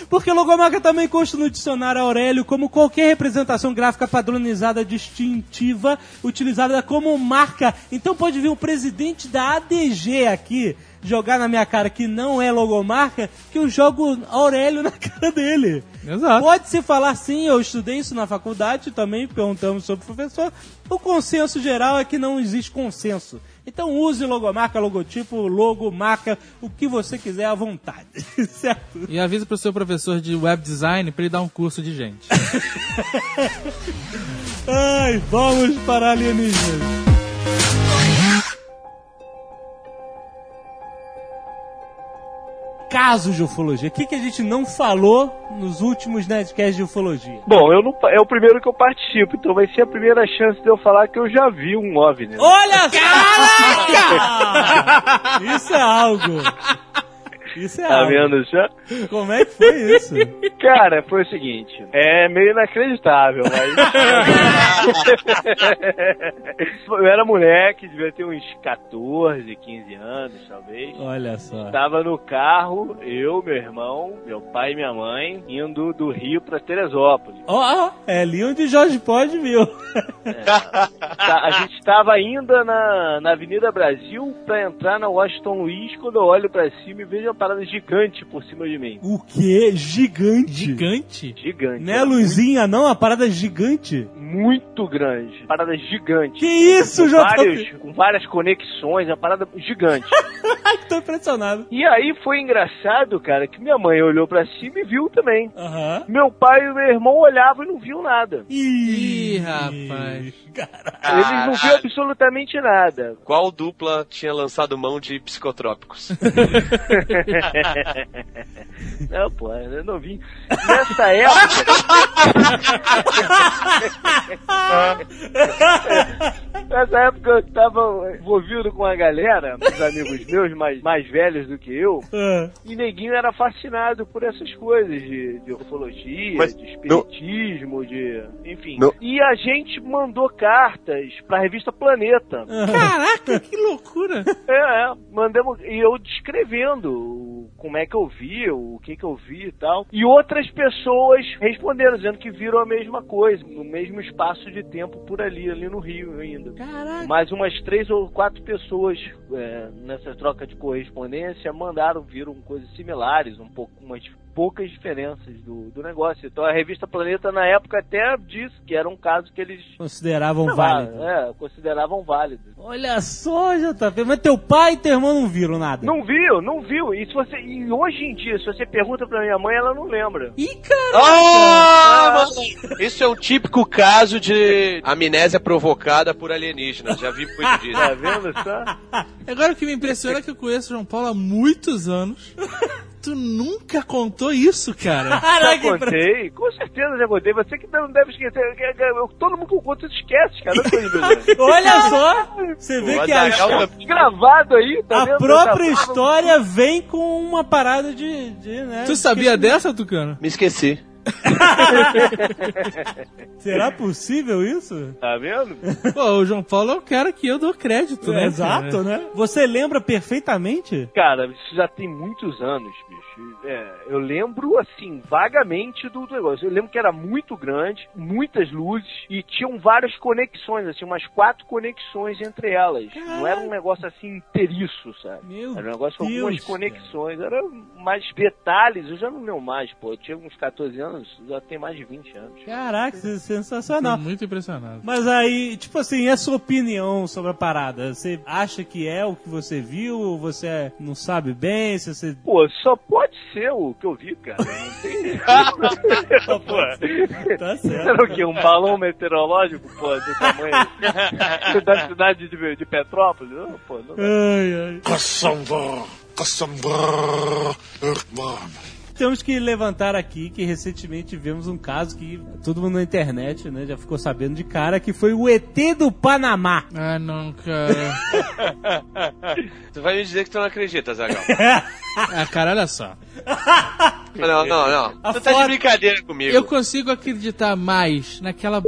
Speaker 2: Porque logomarca também consta no dicionário Aurélio como qualquer representação gráfica padronizada distintiva utilizada como marca. Então pode vir o presidente da ADG aqui jogar na minha cara que não é logomarca, que eu jogo Aurélio na cara dele.
Speaker 6: Exato.
Speaker 2: Pode se falar sim, eu estudei isso na faculdade também, perguntamos sobre o professor. O consenso geral é que não existe consenso. Então use logomarca, logotipo, logo, marca, o que você quiser à vontade, certo?
Speaker 6: E avisa pro seu professor de web design pra ele dar um curso de gente.
Speaker 2: Ai, vamos para alienígenas. Casos de ufologia. O que, que a gente não falou nos últimos Nerdcasts de ufologia?
Speaker 3: Bom, eu não, pa- é o primeiro que eu participo, então vai ser a primeira chance de eu falar que eu já vi um OVNI. né?
Speaker 2: Olha Caraca! Isso é algo. Isso é
Speaker 3: Tá
Speaker 2: algo.
Speaker 3: vendo já?
Speaker 2: Como é que foi isso?
Speaker 3: Cara, foi o seguinte, é meio inacreditável, mas... eu era moleque, devia ter uns 14, 15 anos, talvez.
Speaker 2: Olha só.
Speaker 3: Tava no carro, eu, meu irmão, meu pai e minha mãe, indo do Rio pra Teresópolis.
Speaker 2: Ó, é ali onde Jorge pode viu.
Speaker 3: Tá, a gente estava ainda na, na Avenida Brasil pra entrar na Washington Luiz quando eu olho pra cima e vejo uma parada gigante por cima de mim.
Speaker 2: O que? Gigante.
Speaker 6: Gigante?
Speaker 3: Gigante.
Speaker 2: Não é luzinha, não? A parada gigante?
Speaker 3: Muito grande. Parada gigante.
Speaker 2: Que isso,
Speaker 3: com,
Speaker 2: Jota?
Speaker 3: vários, com várias conexões, uma parada gigante.
Speaker 2: Ai, tô impressionado.
Speaker 3: e aí foi engraçado, cara, que minha mãe olhou pra cima e viu também.
Speaker 2: Aham.
Speaker 3: Meu pai e meu irmão olhavam e não viam nada.
Speaker 6: Ih, rapaz.
Speaker 3: Eles não viam absolutamente nada.
Speaker 5: Qual dupla tinha lançado mão de psicotrópicos?
Speaker 3: Não, pô, eu não vi. Nessa época. Nessa época eu tava envolvido com a galera, uns amigos meus mais, mais velhos do que eu,
Speaker 2: Ah.
Speaker 3: e neguinho era fascinado por essas coisas de, de ufologia,
Speaker 5: Mas
Speaker 3: de
Speaker 5: não-
Speaker 3: espiritismo, de. enfim.
Speaker 5: Não-
Speaker 3: E a gente mandou cartas pra revista Planeta.
Speaker 6: Caraca, que loucura.
Speaker 3: É, é, mandamos. E eu descrevendo o- como é que eu vi, o que que eu vi e tal. E outras pessoas responderam, dizendo que viram a mesma coisa, no mesmo espaço de tempo por ali, ali no Rio ainda.
Speaker 2: Caraca.
Speaker 3: Mais umas três ou quatro pessoas é, nessa troca de correspondência mandaram, viram coisas similares, um pouco umas poucas diferenças do, do negócio. Então a revista Planeta, na época, até disse que era um caso que eles
Speaker 2: Consideravam
Speaker 3: sei lá,
Speaker 2: válido.
Speaker 3: é, consideravam válido.
Speaker 2: um Olha só, JP, mas teu pai e teu irmão não viram nada.
Speaker 3: Não viu, não viu. E, se você, e hoje em dia, se você pergunta pra minha mãe, ela não lembra.
Speaker 2: Ih, cara!
Speaker 5: Ah, mano! Isso é um típico caso de amnésia provocada por alienígenas. Já vi
Speaker 4: Ah,
Speaker 5: muito disso.
Speaker 3: Tá vendo só?
Speaker 6: Agora o que me impressiona é que eu conheço o João Paulo há muitos anos. tu nunca contou isso, cara.
Speaker 3: Já
Speaker 2: Caraca, que pra-
Speaker 3: contei, com certeza já contei. Você que não deve esquecer. Eu- eu- Todo mundo que eu conto esquece, cara. Não tô de verdade.
Speaker 2: olha só! Você vê
Speaker 5: O
Speaker 4: é
Speaker 2: que
Speaker 5: Azaghal
Speaker 2: a,
Speaker 5: também-
Speaker 3: Gravado aí, tá vendo?
Speaker 2: a própria
Speaker 3: Tá-
Speaker 2: história vem com uma parada de. de, né,
Speaker 6: Tu sabia dessa, Tucano?
Speaker 5: Me esqueci.
Speaker 2: Será possível isso?
Speaker 3: Tá vendo?
Speaker 6: Pô, o João Paulo é o cara que eu dou crédito, né?
Speaker 2: Exato, né? Você lembra perfeitamente?
Speaker 3: Cara, isso já tem muitos anos, bicho. É, eu lembro, assim, vagamente do negócio. Eu lembro que era muito grande, muitas luzes, e tinham várias conexões, assim, umas quatro conexões entre elas. Não era um negócio assim inteiriço, sabe?
Speaker 2: Meu
Speaker 3: Era um negócio com
Speaker 2: Deus,
Speaker 3: algumas
Speaker 2: cara.
Speaker 3: conexões, era mais detalhes, eu já não lembro mais, pô. Eu tinha uns 14 anos, já tem mais de 20 anos.
Speaker 2: Caraca, isso é
Speaker 6: Tô
Speaker 2: sensacional.
Speaker 6: muito impressionado.
Speaker 2: Mas aí, tipo assim, é sua opinião sobre a parada? Você acha que é o que você viu? Ou Você não sabe bem? Se você
Speaker 3: Pô, só pode ser o que eu vi, cara. Não tem. Pô.
Speaker 2: tá
Speaker 3: Era
Speaker 2: certo.
Speaker 3: o quê? Um balão meteorológico, pô, do tamanho da cidade de, de Petrópolis? Não, pô, não.
Speaker 2: Ai, ai.
Speaker 1: Cassandra, Cassandra, Earthman.
Speaker 2: Temos que levantar aqui que recentemente vimos um caso que todo mundo na internet, né, já ficou sabendo de cara, que foi o ET do Panamá.
Speaker 6: Ah, não, cara.
Speaker 5: Tu vai me dizer que tu não acredita, Zagal.
Speaker 6: Ah, cara, olha só.
Speaker 5: Não, não, não.
Speaker 2: A
Speaker 5: tu tá
Speaker 2: foto-
Speaker 5: de brincadeira comigo.
Speaker 6: Eu consigo acreditar mais naquela b-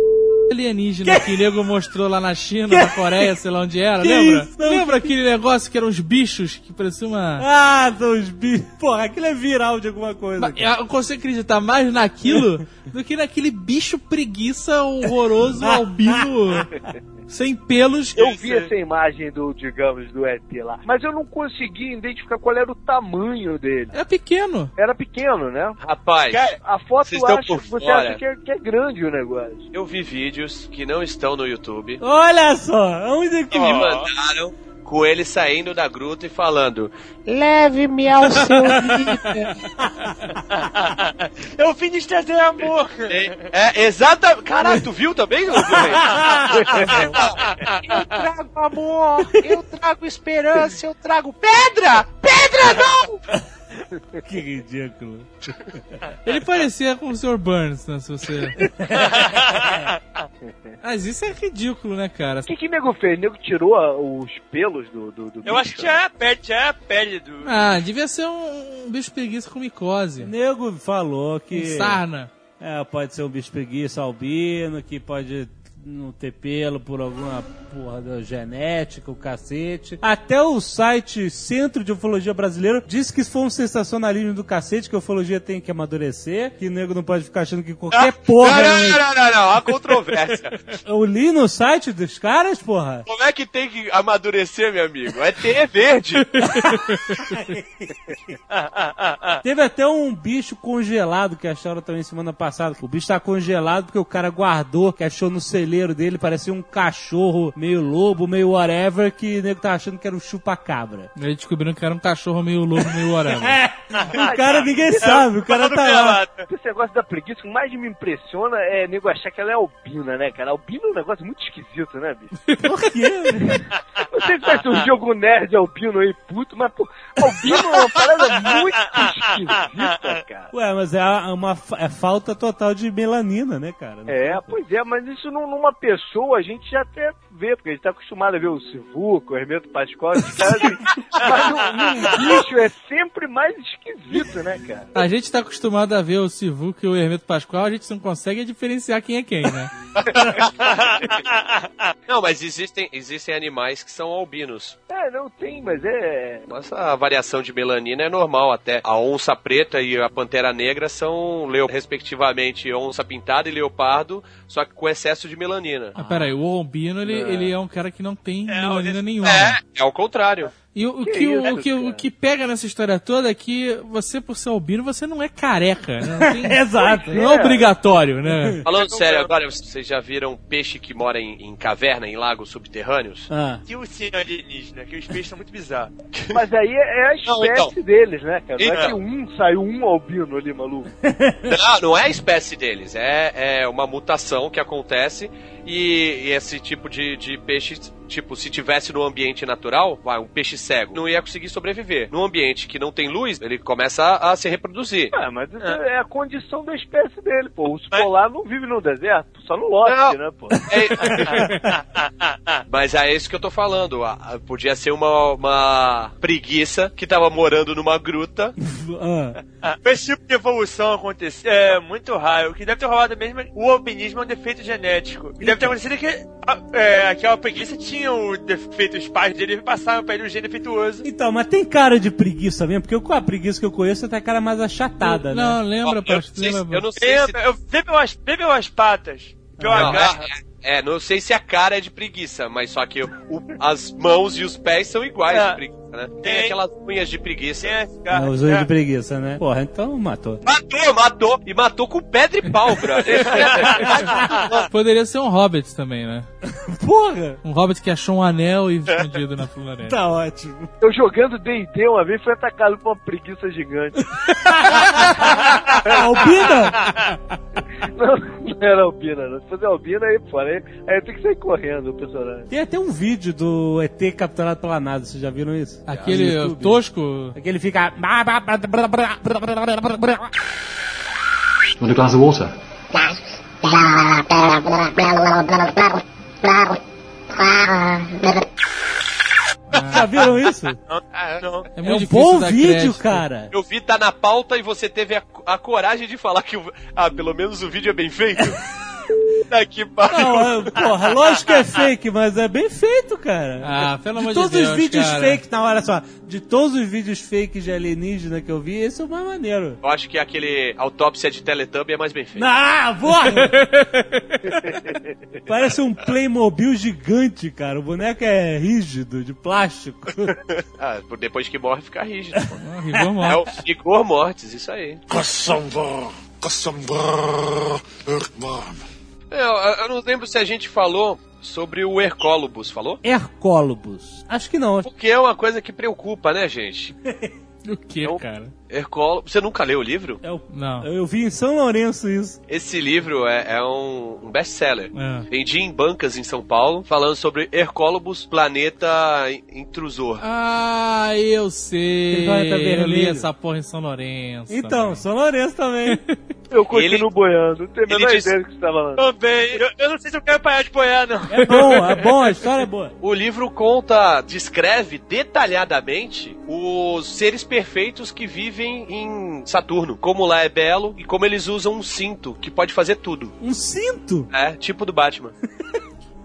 Speaker 6: alienígena que, o nego mostrou lá na China, na Coreia, sei lá onde era,
Speaker 2: Que
Speaker 6: lembra?
Speaker 2: isso, não,
Speaker 6: lembra aquele negócio que eram os bichos que pareciam uma.
Speaker 2: Ah, dos bichos. Porra, aquilo é viral de alguma coisa.
Speaker 6: Mas Eu consigo acreditar mais naquilo do que naquele bicho preguiça horroroso, albino, sem pelos.
Speaker 3: Eu vi essa imagem do, digamos, do ET lá, mas eu não consegui identificar qual era o tamanho dele.
Speaker 6: É pequeno.
Speaker 3: Era pequeno, né?
Speaker 5: Rapaz,
Speaker 3: A foto
Speaker 5: Vocês
Speaker 3: eu
Speaker 5: estão
Speaker 3: acho,
Speaker 5: por
Speaker 3: você
Speaker 5: fora.
Speaker 3: acha que é, que é grande o negócio.
Speaker 5: eu vi vídeos que não estão no YouTube
Speaker 2: Olha só, é um onde que
Speaker 5: que me mandaram com ele saindo da gruta e falando.
Speaker 2: É
Speaker 4: Eu vim lhes trazer amor.
Speaker 5: É, é exata. Caralho, tu viu também? ô, Rubens?
Speaker 8: trago amor, eu trago esperança, eu trago pedra! Pedra não!
Speaker 2: Que ridículo.
Speaker 6: Ele parecia com o Sr. Burns, né? Se você. Mas isso é ridículo, né, cara?
Speaker 3: O que que o nego fez? O nego tirou a- os pelos do, do, do
Speaker 4: Eu acho que já é a pele, já é a pele do...
Speaker 6: Ah, devia ser um, um bicho preguiça com micose.
Speaker 2: Nego falou
Speaker 6: Com
Speaker 2: que
Speaker 6: sarna.
Speaker 2: é, pode ser um bicho preguiça albino, que pode não ter pelo por alguma porra da genética, o cacete. Até o site Centro de Ufologia Brasileiro disse que isso foi um sensacionalismo do cacete, que a ufologia tem que amadurecer, que o nego não pode ficar achando que qualquer porra... é um-
Speaker 5: não, não, não, não, não, a controvérsia.
Speaker 2: Eu li no site dos caras, porra.
Speaker 5: Como é que tem que amadurecer, meu amigo? É ter verde.
Speaker 2: Teve até um bicho congelado que acharam também semana passada. O bicho tá congelado porque o cara guardou, que achou no celeiro dele, parecia um cachorro meio lobo, meio whatever, que o nego tá achando que era um chupa-cabra.
Speaker 6: Aí descobriram que era um cachorro meio louco, meio whatever.
Speaker 2: O cara ninguém sabe, o cara
Speaker 4: Tá
Speaker 2: tá lá.
Speaker 4: pelado.
Speaker 3: Esse negócio da preguiça, o que mais me impressiona é nego achar que ela é albina, né, cara? Albina é um negócio muito esquisito, né, bicho?
Speaker 2: Por quê?
Speaker 3: Eu sei que vai surgir algum nerd albino aí, puto, mas, pô, albino é uma parada muito esquisita, cara.
Speaker 2: Ué, mas é uma fa- é falta total de melanina, né, cara?
Speaker 3: É, pois é, mas isso num- numa pessoa a gente já até vê, porque a gente tá acostumado a ver o Sivuco, o Hermeto Pascoal, esses caras assim, mas num- num bicho é sempre mais esquisito, né, cara?
Speaker 6: A gente tá acostumado a ver o Sivuca e o Hermeto Pascoal, a gente não consegue diferenciar quem é quem, né?
Speaker 5: Não, mas existem, existem animais que são albinos.
Speaker 3: É, não tem, mas é...
Speaker 5: Nossa variação de melanina é normal até. A onça preta e a pantera negra são, leo- respectivamente, onça pintada e leopardo, só que com excesso de melanina.
Speaker 6: é Ah, peraí, o Albino, É, ele, ele é um cara que não tem melanina nenhuma.
Speaker 5: É, é ao contrário.
Speaker 6: E o, o que,
Speaker 3: Que
Speaker 6: o-
Speaker 3: isso,
Speaker 6: o, que, o
Speaker 3: cara.
Speaker 6: que pega nessa história toda é que você, por ser albino, você não é careca. Né? Não, tem-
Speaker 2: Exato.
Speaker 6: não é obrigatório, né?
Speaker 5: Falando sério agora, vocês já viram peixe que mora em, em caverna, em lagos subterrâneos?
Speaker 2: Ah.
Speaker 4: E o ursinho alienígena, que os peixes são muito bizarros.
Speaker 3: Mas aí é a
Speaker 5: Não,
Speaker 3: espécie
Speaker 5: então.
Speaker 3: deles, né, cara? Não é
Speaker 5: Então.
Speaker 3: que um saiu um albino ali, maluco.
Speaker 5: Não, não é a espécie deles, é, é uma mutação que acontece e, e esse tipo de, de peixe, tipo, se tivesse no ambiente natural, vai, um peixe cego, não ia conseguir sobreviver. Num ambiente que não tem luz, ele começa a, a se reproduzir.
Speaker 3: Ah, mas isso é. a condição da espécie dele, pô. O urso polar não vive no deserto, só no lote,
Speaker 5: Não.
Speaker 3: né, pô?
Speaker 5: É- Mas é isso que eu tô falando. ah, ah, Podia ser uma, uma preguiça que tava morando numa gruta.
Speaker 2: Ah.
Speaker 4: Esse tipo de evolução acontecer é muito raro. O que deve ter rolado mesmo é- o albinismo é um defeito genético. O que deve ter acontecido é que a- é, aquela preguiça tinha o defeito, os pais dele passaram pra ele um gene defeituoso.
Speaker 2: Então, mas tem cara de preguiça mesmo? Porque eu- a preguiça que eu conheço é até a cara mais achatada, né?
Speaker 6: Não, lembra,
Speaker 5: eu, não
Speaker 6: pastor.
Speaker 5: sei se-
Speaker 6: lembra-
Speaker 5: eu não sei se.
Speaker 4: Lembra? Eu vê pelas, vê pelas patas, pela
Speaker 5: Não,
Speaker 4: garra.
Speaker 5: é, é, não sei se a cara é de preguiça, mas só que o- as mãos e os pés são iguais
Speaker 4: É.
Speaker 5: de preguiça, né? Tem,
Speaker 4: Tem.
Speaker 5: aquelas unhas de preguiça.
Speaker 4: Tem as
Speaker 2: Ah,
Speaker 4: garras.
Speaker 2: os olhos
Speaker 4: né?
Speaker 2: de preguiça, né? Porra, então matou.
Speaker 5: Matou, matou! E matou com pedra e pau, é brother.
Speaker 6: Poderia ser um hobbit também, né?
Speaker 2: Porra!
Speaker 6: Um hobbit que achou um anel e escondido na floresta.
Speaker 2: Tá ótimo.
Speaker 3: Eu jogando D&D uma vez fui atacado por uma preguiça gigante.
Speaker 2: Ah, Albina!
Speaker 3: Não, não era albina, não. Se fosse albina, aí fora. Aí, aí eu tenho que sair correndo, o personagem.
Speaker 2: Tem até um vídeo do ET capturado pela NASA, vocês já viram isso?
Speaker 6: Aquele
Speaker 2: No Ah, YouTube.
Speaker 6: tosco.
Speaker 2: Aquele fica.
Speaker 9: Want a glass of water?
Speaker 2: Já viram isso?
Speaker 4: Ah, não.
Speaker 6: É,
Speaker 2: É
Speaker 6: muito
Speaker 2: um
Speaker 6: difícil
Speaker 2: bom
Speaker 6: dar
Speaker 2: vídeo,
Speaker 6: crédito.
Speaker 2: cara.
Speaker 5: Eu vi, tá na pauta e você teve a, a coragem de falar que. o- ah, pelo menos o vídeo é bem feito. tá que pariu.
Speaker 2: Não, é- porra, lógico que é fake, mas é bem feito, cara.
Speaker 6: Ah,
Speaker 2: de
Speaker 6: pelo amor de
Speaker 2: todos
Speaker 6: Deus,
Speaker 2: os vídeos
Speaker 6: cara.
Speaker 2: fake, na hora só, de todos os vídeos fakes de alienígena que eu vi, esse é o mais maneiro.
Speaker 5: Eu acho que aquele autópsia de Teletubbie é mais bem feito.
Speaker 2: Ah, porra! Parece um Playmobil gigante, cara. O boneco é rígido, de plástico.
Speaker 5: Ah, por- depois que morre, fica rígido. pô.
Speaker 6: Ah, rigor
Speaker 5: É
Speaker 6: mortis.
Speaker 5: o rigor mortis, isso aí.
Speaker 1: Caçamba! Caçamba! Irmão!
Speaker 5: É, Eu, eu não lembro se a gente falou sobre o Hercólobus, falou?
Speaker 2: Hercólobus. Acho que não.
Speaker 5: Porque é uma coisa que preocupa, né, gente?
Speaker 6: O que,
Speaker 5: Eu-
Speaker 6: cara?
Speaker 5: Hercólobus. Você nunca leu o livro?
Speaker 2: É o-
Speaker 6: Não.
Speaker 2: Eu vi em São Lourenço isso.
Speaker 5: Esse livro é, é um, um best-seller.
Speaker 6: É.
Speaker 5: Vendi em bancas em São Paulo, falando sobre Hercólobus, planeta in- intrusor.
Speaker 6: Ah, eu sei.
Speaker 2: Planeta
Speaker 6: Eu li
Speaker 2: Vermelho.
Speaker 6: essa porra em São Lourenço.
Speaker 2: Então,
Speaker 6: também.
Speaker 2: São Lourenço também.
Speaker 3: Eu continuo
Speaker 5: Ele-
Speaker 3: boiando. Não tenho a
Speaker 5: ele
Speaker 3: menor
Speaker 5: disse-
Speaker 3: ideia do que você tá falando.
Speaker 4: Também. Eu, eu não sei se eu quero parar de boiar, não.
Speaker 2: É bom, é bom, a história é boa.
Speaker 5: O livro conta, descreve detalhadamente os seres perfeitos que vivem em Saturno. Como lá é belo e como eles usam um cinto que pode fazer tudo.
Speaker 2: Um cinto?
Speaker 5: É, tipo do Batman.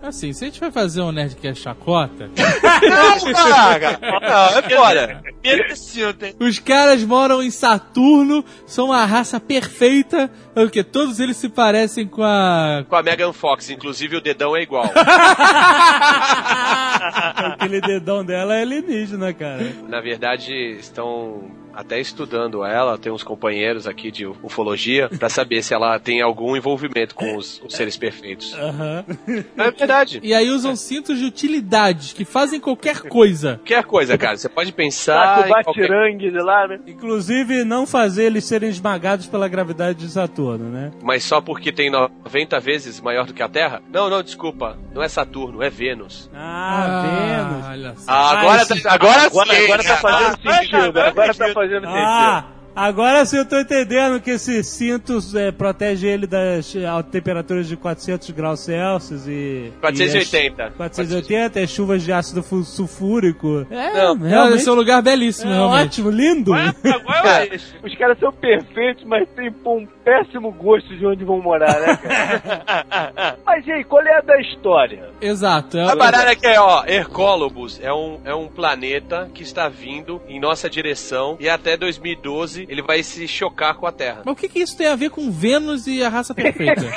Speaker 6: Assim, se a gente vai fazer um Nerdcast chacota,
Speaker 2: Tá
Speaker 4: Não, cara.
Speaker 5: Não, é fora.
Speaker 4: Primeiro que sinto, hein?
Speaker 6: os caras moram em Saturno, são uma raça perfeita,
Speaker 2: é
Speaker 6: porque todos eles se parecem com a...
Speaker 5: Com a Megan Fox, inclusive o dedão é igual.
Speaker 2: Aquele dedão dela é alienígena, cara.
Speaker 5: Na verdade, estão até estudando ela, tem uns companheiros aqui de ufologia, pra saber se ela tem algum envolvimento com os, os seres perfeitos.
Speaker 2: Aham.
Speaker 5: É verdade.
Speaker 6: E aí usam cintos de utilidades, que fazem qualquer coisa.
Speaker 5: Qualquer coisa, cara, você pode pensar.
Speaker 3: Tá
Speaker 5: em
Speaker 3: com
Speaker 5: qualquer-
Speaker 3: batirangue de lá, né?
Speaker 2: Inclusive, não fazer eles serem esmagados pela gravidade de Saturno, né?
Speaker 5: Mas só porque tem 90 vezes maior do que a Terra? Não, não, desculpa. Não é Saturno, é Vênus.
Speaker 2: Ah, Vênus.
Speaker 6: Olha só.
Speaker 5: Ah, agora,
Speaker 2: esse-
Speaker 5: tá- agora,
Speaker 3: Agora,
Speaker 5: sim,
Speaker 3: agora tá
Speaker 5: cara.
Speaker 3: fazendo
Speaker 4: Ah,
Speaker 3: sentido.
Speaker 4: agora
Speaker 3: Agora
Speaker 4: entendi.
Speaker 3: tá fazendo sentido.
Speaker 2: Ah, agora sim eu tô entendendo que esse cinto é, protege ele das eh, temperaturas de 400 graus Celsius e...
Speaker 5: 480.
Speaker 2: e as- 480, é chuvas de ácido fu- sulfúrico. É,
Speaker 5: Não,
Speaker 6: Realmente...
Speaker 2: realmente
Speaker 6: Esse é um lugar belíssimo,
Speaker 2: é
Speaker 6: realmente.
Speaker 2: ótimo, lindo.
Speaker 4: Agora é isso.
Speaker 3: Os caras são perfeitos, mas têm pô, um péssimo gosto de onde vão morar, né, cara? mas e aí, qual é a da história?
Speaker 6: Exato. é-
Speaker 5: A parada aqui é, ó, Hercólobus é um, é um planeta que está vindo em nossa direção e até 2012 ele, ele vai se chocar com a Terra.
Speaker 6: Mas o que, que isso tem a ver com Vênus e a raça perfeita?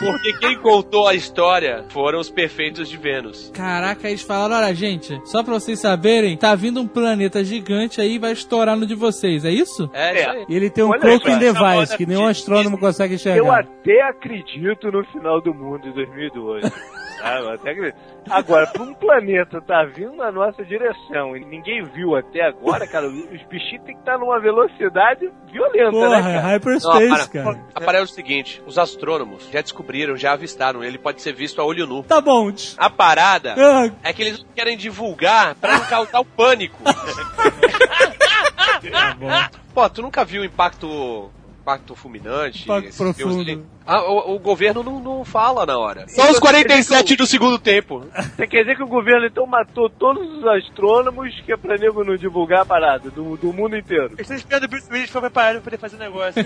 Speaker 5: Porque quem contou a história foram os perfeitos de Vênus.
Speaker 6: Caraca, eles falaram, olha, gente, só pra vocês saberem, tá vindo um planeta gigante aí e vai estourar no de vocês, é isso?
Speaker 5: É, isso aí.
Speaker 2: E ele tem um
Speaker 4: Olha aí,
Speaker 2: cloaking
Speaker 4: cara, essa
Speaker 2: device
Speaker 4: moda
Speaker 2: que nenhum
Speaker 4: de-
Speaker 2: astrônomo consegue
Speaker 3: Eu né,
Speaker 2: enxergar.
Speaker 3: até acredito no final do mundo em 2012. Ah, eu até acredito. Agora, pra um planeta tá vindo na nossa direção e ninguém viu até agora, cara, os bichinhos tem que estar numa velocidade violenta,
Speaker 2: Porra,
Speaker 3: né, cara?
Speaker 2: hyperspace,
Speaker 5: Não, para.
Speaker 2: cara.
Speaker 5: A parada é o seguinte: os astrônomos já descobriram, já avistaram, ele pode ser visto a olho nu.
Speaker 2: Tá bom. tch.
Speaker 5: A parada
Speaker 2: Ah,
Speaker 5: é que eles não querem divulgar pra não causar o pânico.
Speaker 2: Tá
Speaker 5: Pô, tu nunca viu o impacto. Impacto fulminante.
Speaker 2: Impacto
Speaker 5: esses
Speaker 2: profundo.
Speaker 5: filmes ali? Ah, o, o governo não, não fala na hora.
Speaker 3: Só os 47
Speaker 5: do segundo tempo.
Speaker 3: Você quer dizer que o governo então matou todos os astrônomos que é pra nego não divulgar a parada do, do mundo inteiro?
Speaker 4: Eles estão esperando o Bruce Willis pra preparar pra poder fazer o negócio.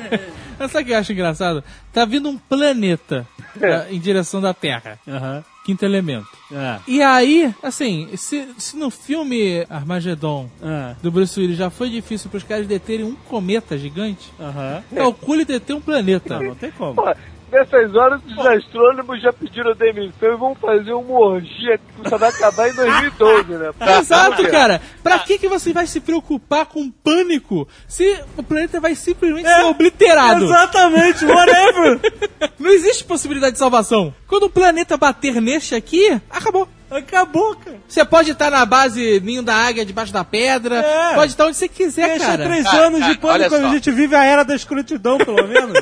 Speaker 6: Mas Sabe o que eu acho engraçado? Tá vindo um planeta pra- em direção da Terra.
Speaker 2: É. Aham.
Speaker 6: Quinto elemento.
Speaker 2: Ah,
Speaker 6: E aí, assim, se, se no filme Armagedon
Speaker 2: ah,
Speaker 6: do Bruce Willis já foi difícil pros caras deterem um cometa gigante,
Speaker 2: aham.
Speaker 6: calcule deter um planeta.
Speaker 2: Não, não tem como.
Speaker 3: Pô, nessas horas os astrônomos já pediram demissão e vão fazer uma orgia que só vai acabar em 2012, né?
Speaker 6: Exato, cara. Pra que, que você vai se preocupar com pânico se o planeta vai simplesmente
Speaker 2: É.
Speaker 6: ser obliterado?
Speaker 2: Exatamente, whatever.
Speaker 6: Não existe possibilidade de salvação. Quando o planeta bater neste aqui, acabou.
Speaker 2: Acabou, cara.
Speaker 6: Você pode estar na base ninho da águia, debaixo da pedra,
Speaker 2: É.
Speaker 6: pode estar onde você quiser,
Speaker 2: Deixa
Speaker 6: cara.
Speaker 2: três
Speaker 5: Cara,
Speaker 2: anos de
Speaker 5: cara, olha
Speaker 2: pânico, a
Speaker 5: só.
Speaker 2: gente vive a era da escrutidão, pelo menos.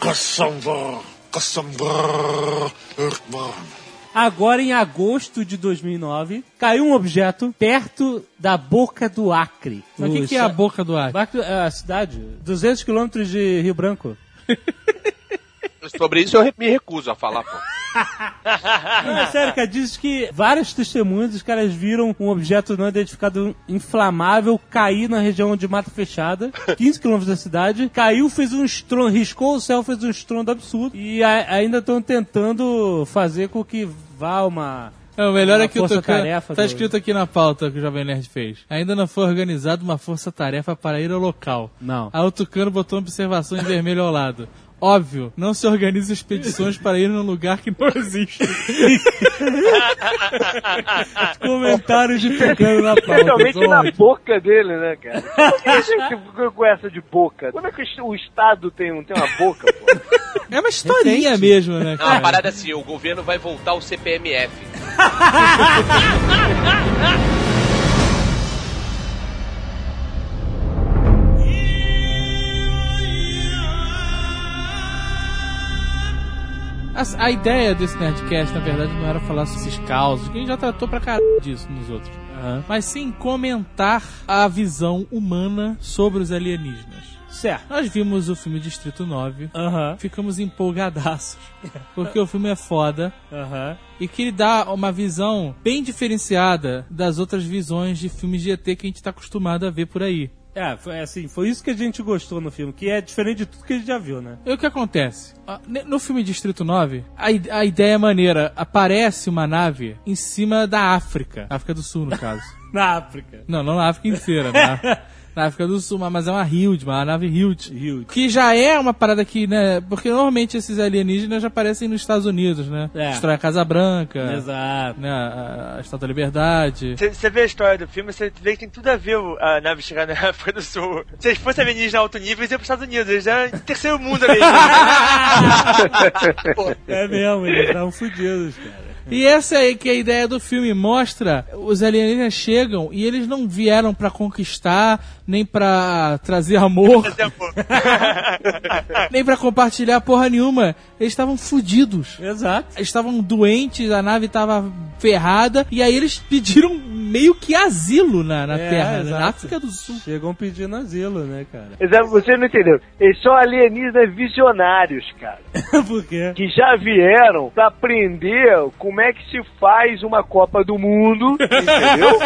Speaker 1: Cassandra, Cassandra, Earthworm.
Speaker 2: Agora, em agosto de 2009, caiu um objeto perto da boca do Acre.
Speaker 6: Mas o que, que é a boca do ar?
Speaker 2: Acre é a cidade, 200 quilômetros de Rio Branco.
Speaker 5: Sobre isso eu re- me recuso a falar, pô.
Speaker 2: Ah, Não, é sério, cara, diz que várias testemunhas, os caras viram um objeto não identificado inflamável cair na região de Mata Fechada, 15 quilômetros da cidade. Caiu, fez um estrondo, riscou o céu, fez um estrondo absurdo. E a- ainda estão tentando fazer com que vá uma...
Speaker 6: É, o melhor
Speaker 2: Uma
Speaker 6: é que o Tucano.
Speaker 2: força-tarefa
Speaker 6: Tá
Speaker 2: do-
Speaker 6: escrito aqui na pauta que o Jovem Nerd fez. Ainda não foi organizada uma força-tarefa para ir ao local.
Speaker 2: Não.
Speaker 6: Aí o Tucano botou uma observação em vermelho ao lado. Óbvio, não se organiza expedições para ir num lugar que não existe.
Speaker 2: Comentários de pegando na
Speaker 3: Especialmente
Speaker 2: pauta.
Speaker 3: na boca dele, né, cara? Por que a gente fica com essa de boca? Como é que o est- o Estado tem, um, tem uma boca, pô?
Speaker 6: É uma historinha mesmo, né,
Speaker 5: Não, a
Speaker 6: cara?
Speaker 5: parada é assim: o governo vai voltar o CPMF.
Speaker 6: A, a ideia desse Nerdcast, na verdade, não era falar sobre esses causos, que a gente já tratou pra caralho disso nos outros. Mas sim comentar a visão humana sobre os alienígenas.
Speaker 2: Certo.
Speaker 6: Nós vimos o filme Distrito 9,
Speaker 2: Aham,
Speaker 6: ficamos empolgadaços, porque o filme é foda
Speaker 2: aham.
Speaker 6: e que ele dá uma visão bem diferenciada das outras visões de filmes de ET que a gente tá acostumado a ver por aí.
Speaker 2: É, foi assim, foi isso que a gente gostou no filme, que é diferente de tudo que a gente já viu, né?
Speaker 6: E o que acontece? Ah, ne- No filme Distrito 9, a, i- a ideia é maneira. Aparece uma nave em cima da África. África do Sul, no caso.
Speaker 2: Na África.
Speaker 6: não, não na África inteira, né? Na África do Sul, mas é uma Hild, uma nave Hild.
Speaker 2: Hild.
Speaker 6: Que já é uma parada que, né? Porque normalmente esses alienígenas já aparecem nos Estados Unidos, né?
Speaker 2: É.
Speaker 6: Destrói a Casa Branca.
Speaker 2: Exato.
Speaker 6: Né, a, a Estátua da Liberdade.
Speaker 4: Você você vê a história do filme, você vê que tem tudo a ver o- a nave chegar na África do Sul. Se eles fossem alienígenas alto nível, eles iam pros Estados Unidos. Eles eram terceiro mundo ali.
Speaker 2: É mesmo, eles estavam fodidos, cara.
Speaker 6: E essa aí que é a ideia do filme mostra, os alienígenas chegam e eles não vieram pra conquistar, nem pra trazer amor,
Speaker 4: Fazer amor.
Speaker 6: nem pra compartilhar porra nenhuma. Eles estavam fudidos.
Speaker 2: Exato.
Speaker 6: Eles Estavam doentes, a nave tava ferrada, e aí eles pediram meio que asilo na, na
Speaker 2: É,
Speaker 6: Terra, né?
Speaker 2: exato.
Speaker 6: na África do Sul.
Speaker 2: Chegam pedindo asilo, né, cara?
Speaker 3: Exato, Vocês é, não entenderam. Eles são alienígenas visionários, cara.
Speaker 2: Por quê?
Speaker 3: Que já vieram pra aprender como é que se faz uma Copa do Mundo, entendeu?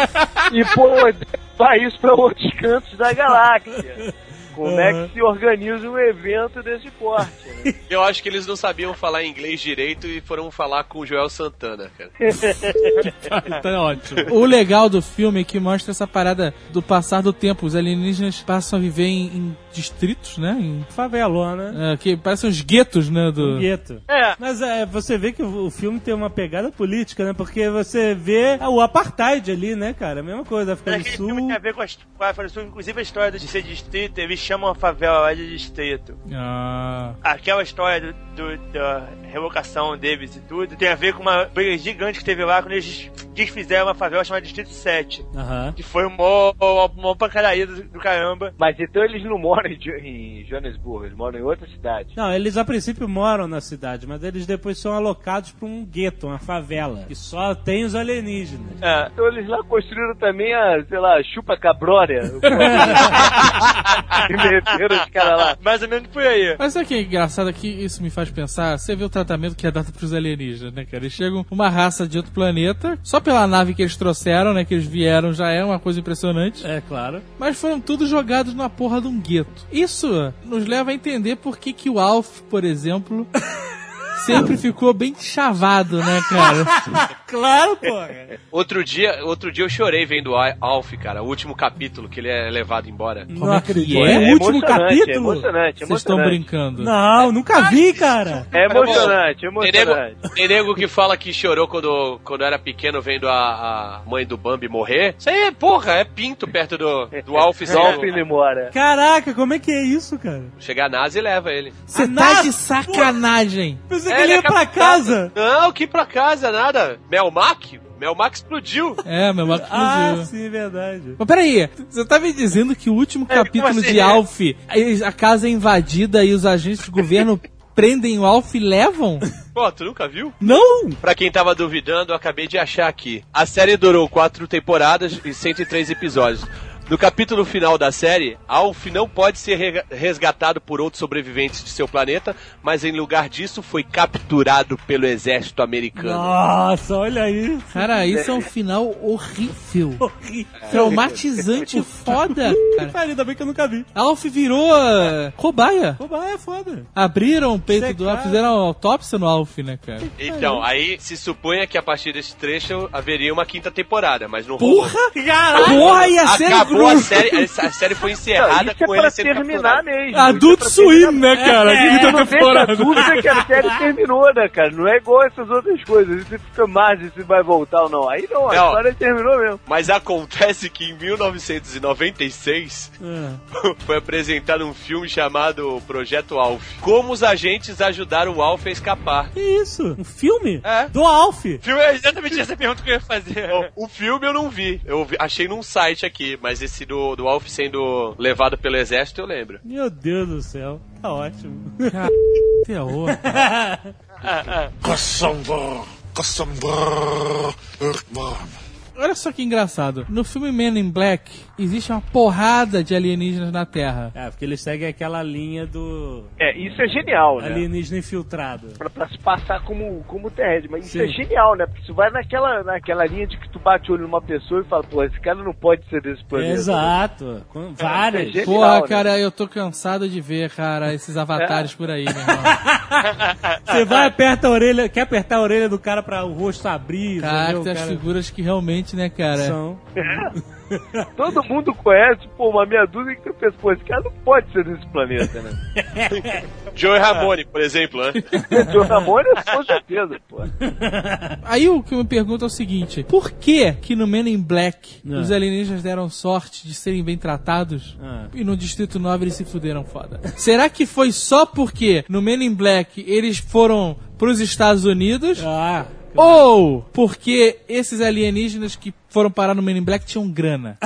Speaker 3: E pô, levar isso pra outros cantos da galáxia. Como é que se organiza um evento desse porte, né?
Speaker 5: Eu acho que eles não sabiam falar inglês direito e foram falar com o Joel Santana, cara.
Speaker 6: Então é ótimo. O legal do filme é que mostra essa parada do passar do tempo. Os alienígenas passam a viver em, em distritos, né? Em-
Speaker 2: Favelona.
Speaker 6: é, que parecem os guetos, né? Do...
Speaker 2: Um Gueto.
Speaker 4: É.
Speaker 2: Mas é, você vê que o o filme tem uma pegada política, né? Porque você vê é, o apartheid ali, né, cara? A mesma coisa, África do
Speaker 4: Naquele
Speaker 2: Sul.
Speaker 4: filme tem a ver com a, com a África do Sul, inclusive a história de ser distrito, eles chamam a favela lá de distrito.
Speaker 6: Ah,
Speaker 4: Aquela história do, do- da revocação deles e tudo tem a ver com uma briga gigante que teve lá quando eles desfizeram uma favela chamada Distrito 7.
Speaker 2: Aham.
Speaker 4: Que foi uma, uma, uma pancadaria do, do caramba.
Speaker 3: Mas então eles não moram em Jo- em Joanesburgo, eles moram em outra cidade.
Speaker 2: Não, eles a princípio moram na cidade, mas eles depois são alocados pra um gueto, uma favela, que só tem os alienígenas.
Speaker 4: É.
Speaker 3: Então eles lá construíram também a, sei lá, chupa cabrória. e meteram os caras lá.
Speaker 4: Mais ou menos por aí.
Speaker 6: Mas sabe o que é engraçado que isso me faz pensar? Você vê o tratamento que é dado pros alienígenas, né, cara? Eles chegam uma raça de outro planeta, só pela nave que eles trouxeram, né? Que eles vieram, já é uma coisa impressionante.
Speaker 2: É claro.
Speaker 6: Mas foram todos jogados na porra de um gueto. Isso nos leva a entender por que, que o Alf, por exemplo, sempre ficou bem chavado, né, cara?
Speaker 2: Claro, porra.
Speaker 5: Outro dia, outro dia eu chorei vendo o Al- Alf, cara, o úllimo capítulo que ele é levado embora.
Speaker 2: Não
Speaker 6: Como é que
Speaker 2: acredito.
Speaker 6: é?
Speaker 2: É o último
Speaker 3: emocionante, É
Speaker 2: capítulo?
Speaker 3: emocionante, é
Speaker 6: Vocês estão
Speaker 3: emocionante.
Speaker 6: brincando.
Speaker 2: Não, nunca vi, cara.
Speaker 3: É emocionante, é
Speaker 5: Tem nego,
Speaker 3: emocionante.
Speaker 5: tem nego que fala que chorou quando, quando era pequeno vendo a, a mãe do Bambi morrer. Isso aí, é, porra, é pinto perto do, do Alfzão.
Speaker 3: Dolphin É, Limora.
Speaker 2: Caraca, como é que é isso, cara? Ah,
Speaker 5: Chega a NASA e leva ele.
Speaker 6: Você tá
Speaker 2: Nossa,
Speaker 6: de sacanagem!
Speaker 2: Pensei
Speaker 5: É,
Speaker 2: que ele ia
Speaker 5: é
Speaker 2: pra
Speaker 5: capitado.
Speaker 2: casa.
Speaker 5: Não, que pra casa, nada. Melmac? Melmac explodiu.
Speaker 6: É, meu,
Speaker 2: Ah,
Speaker 6: explodiu.
Speaker 2: sim, verdade.
Speaker 6: Mas peraí, você tá me dizendo que o último
Speaker 4: É,
Speaker 6: capítulo
Speaker 4: como assim?
Speaker 6: de Alf, eles- a casa é invadida e os agentes do governo prendem o Alf e levam?
Speaker 5: Pô, tu nunca viu?
Speaker 6: Não!
Speaker 5: Pra quem tava duvidando, eu acabei de achar aqui. A série durou quatro temporadas e 103 episódios. No capítulo final da série, Alf não pode ser re- resgatado por outros sobreviventes de seu planeta, mas em lugar disso foi capturado pelo exército americano.
Speaker 2: Nossa, olha isso.
Speaker 6: Cara, isso é um final horrível.
Speaker 2: Horrível.
Speaker 6: Traumatizante foda, cara.
Speaker 2: Cara, ainda bem que eu nunca vi.
Speaker 6: Alf virou ah, cobaia.
Speaker 2: Oba, é foda.
Speaker 6: Abriram o peito do Alf,
Speaker 2: Secaram.
Speaker 6: fizeram autópsia no Alf, né, cara?
Speaker 5: Então, aí se supunha que a partir desse trecho haveria uma quinta temporada, mas não rolou.
Speaker 6: Porra! Porra, ia ser
Speaker 5: Acabou a
Speaker 6: grosso.
Speaker 5: série, a série foi
Speaker 3: Não,
Speaker 5: encerrada
Speaker 3: isso é
Speaker 5: com ele
Speaker 3: pra
Speaker 5: sendo
Speaker 3: terminar
Speaker 5: capturado.
Speaker 3: mesmo.
Speaker 6: Adult
Speaker 3: Isso é pra
Speaker 6: Swim, né, cara?
Speaker 3: terminar.
Speaker 6: Quinta
Speaker 3: Não deixa
Speaker 6: temporada.
Speaker 3: dúvida que a série terminou, né, cara? Não é igual essas outras coisas. Você fica margem se vai voltar ou não. Aí não, a
Speaker 5: Não.
Speaker 3: história terminou mesmo.
Speaker 5: Mas acontece que em 1996
Speaker 4: É.
Speaker 5: foi apresentado um filme chamado Projeto Alf. Como os agentes ajudaram o Alf a escapar.
Speaker 2: Que isso? Um filme?
Speaker 5: É.
Speaker 2: Do Alf.
Speaker 4: O filme é exatamente essa pergunta que eu ia fazer.
Speaker 5: Bom, O filme eu não vi, eu vi- achei num site aqui, mas esse do, do Alf sendo levado pelo exército eu lembro.
Speaker 2: Meu Deus do céu. Tá ótimo.
Speaker 6: Terror.
Speaker 1: Caçamba! Caçamba! Earthworm!
Speaker 6: Olha só que engraçado. No filme Men in Black, existe uma porrada de alienígenas na Terra.
Speaker 2: É, porque eles seguem aquela linha do
Speaker 3: É, isso é genial, né?
Speaker 2: alienígena infiltrado.
Speaker 3: Pra, pra se passar como, como terrestre. Mas isso
Speaker 2: Sim.
Speaker 3: é genial, né? Porque isso vai naquela, naquela linha de que tu bate o olho numa pessoa e fala, pô, esse cara não pode ser desse planeta.
Speaker 2: Exato. Com várias.
Speaker 3: É, é
Speaker 6: Porra,
Speaker 3: né?
Speaker 6: cara, eu tô cansado de ver, cara, esses
Speaker 2: É.
Speaker 6: avatares por aí, meu irmão.
Speaker 2: Você vai, aperta a orelha, quer apertar a orelha do cara pra o rosto abrir,
Speaker 6: Cara,
Speaker 2: entendeu?
Speaker 6: tem as
Speaker 2: Cara,
Speaker 6: figuras que realmente, né, cara?
Speaker 2: são.
Speaker 3: Todo mundo conhece, pô, uma meia dúzia que tu pensa, pô, esse cara não pode ser desse planeta, né?
Speaker 5: Joey
Speaker 4: Ah.
Speaker 5: Ramone, por exemplo, né?
Speaker 3: O John Ramone, com certeza, pô.
Speaker 6: Aí o que eu me pergunto é o seguinte: por que que no Men in Black
Speaker 2: É.
Speaker 6: os alienígenas deram sorte de serem bem tratados
Speaker 2: É.
Speaker 6: e no Distrito 9 eles se fuderam foda? Será que foi só porque no Men in Black eles foram pros Estados Unidos?
Speaker 2: Ah,
Speaker 6: Ou porque esses alienígenas que foram parar no Men in Black tinham grana?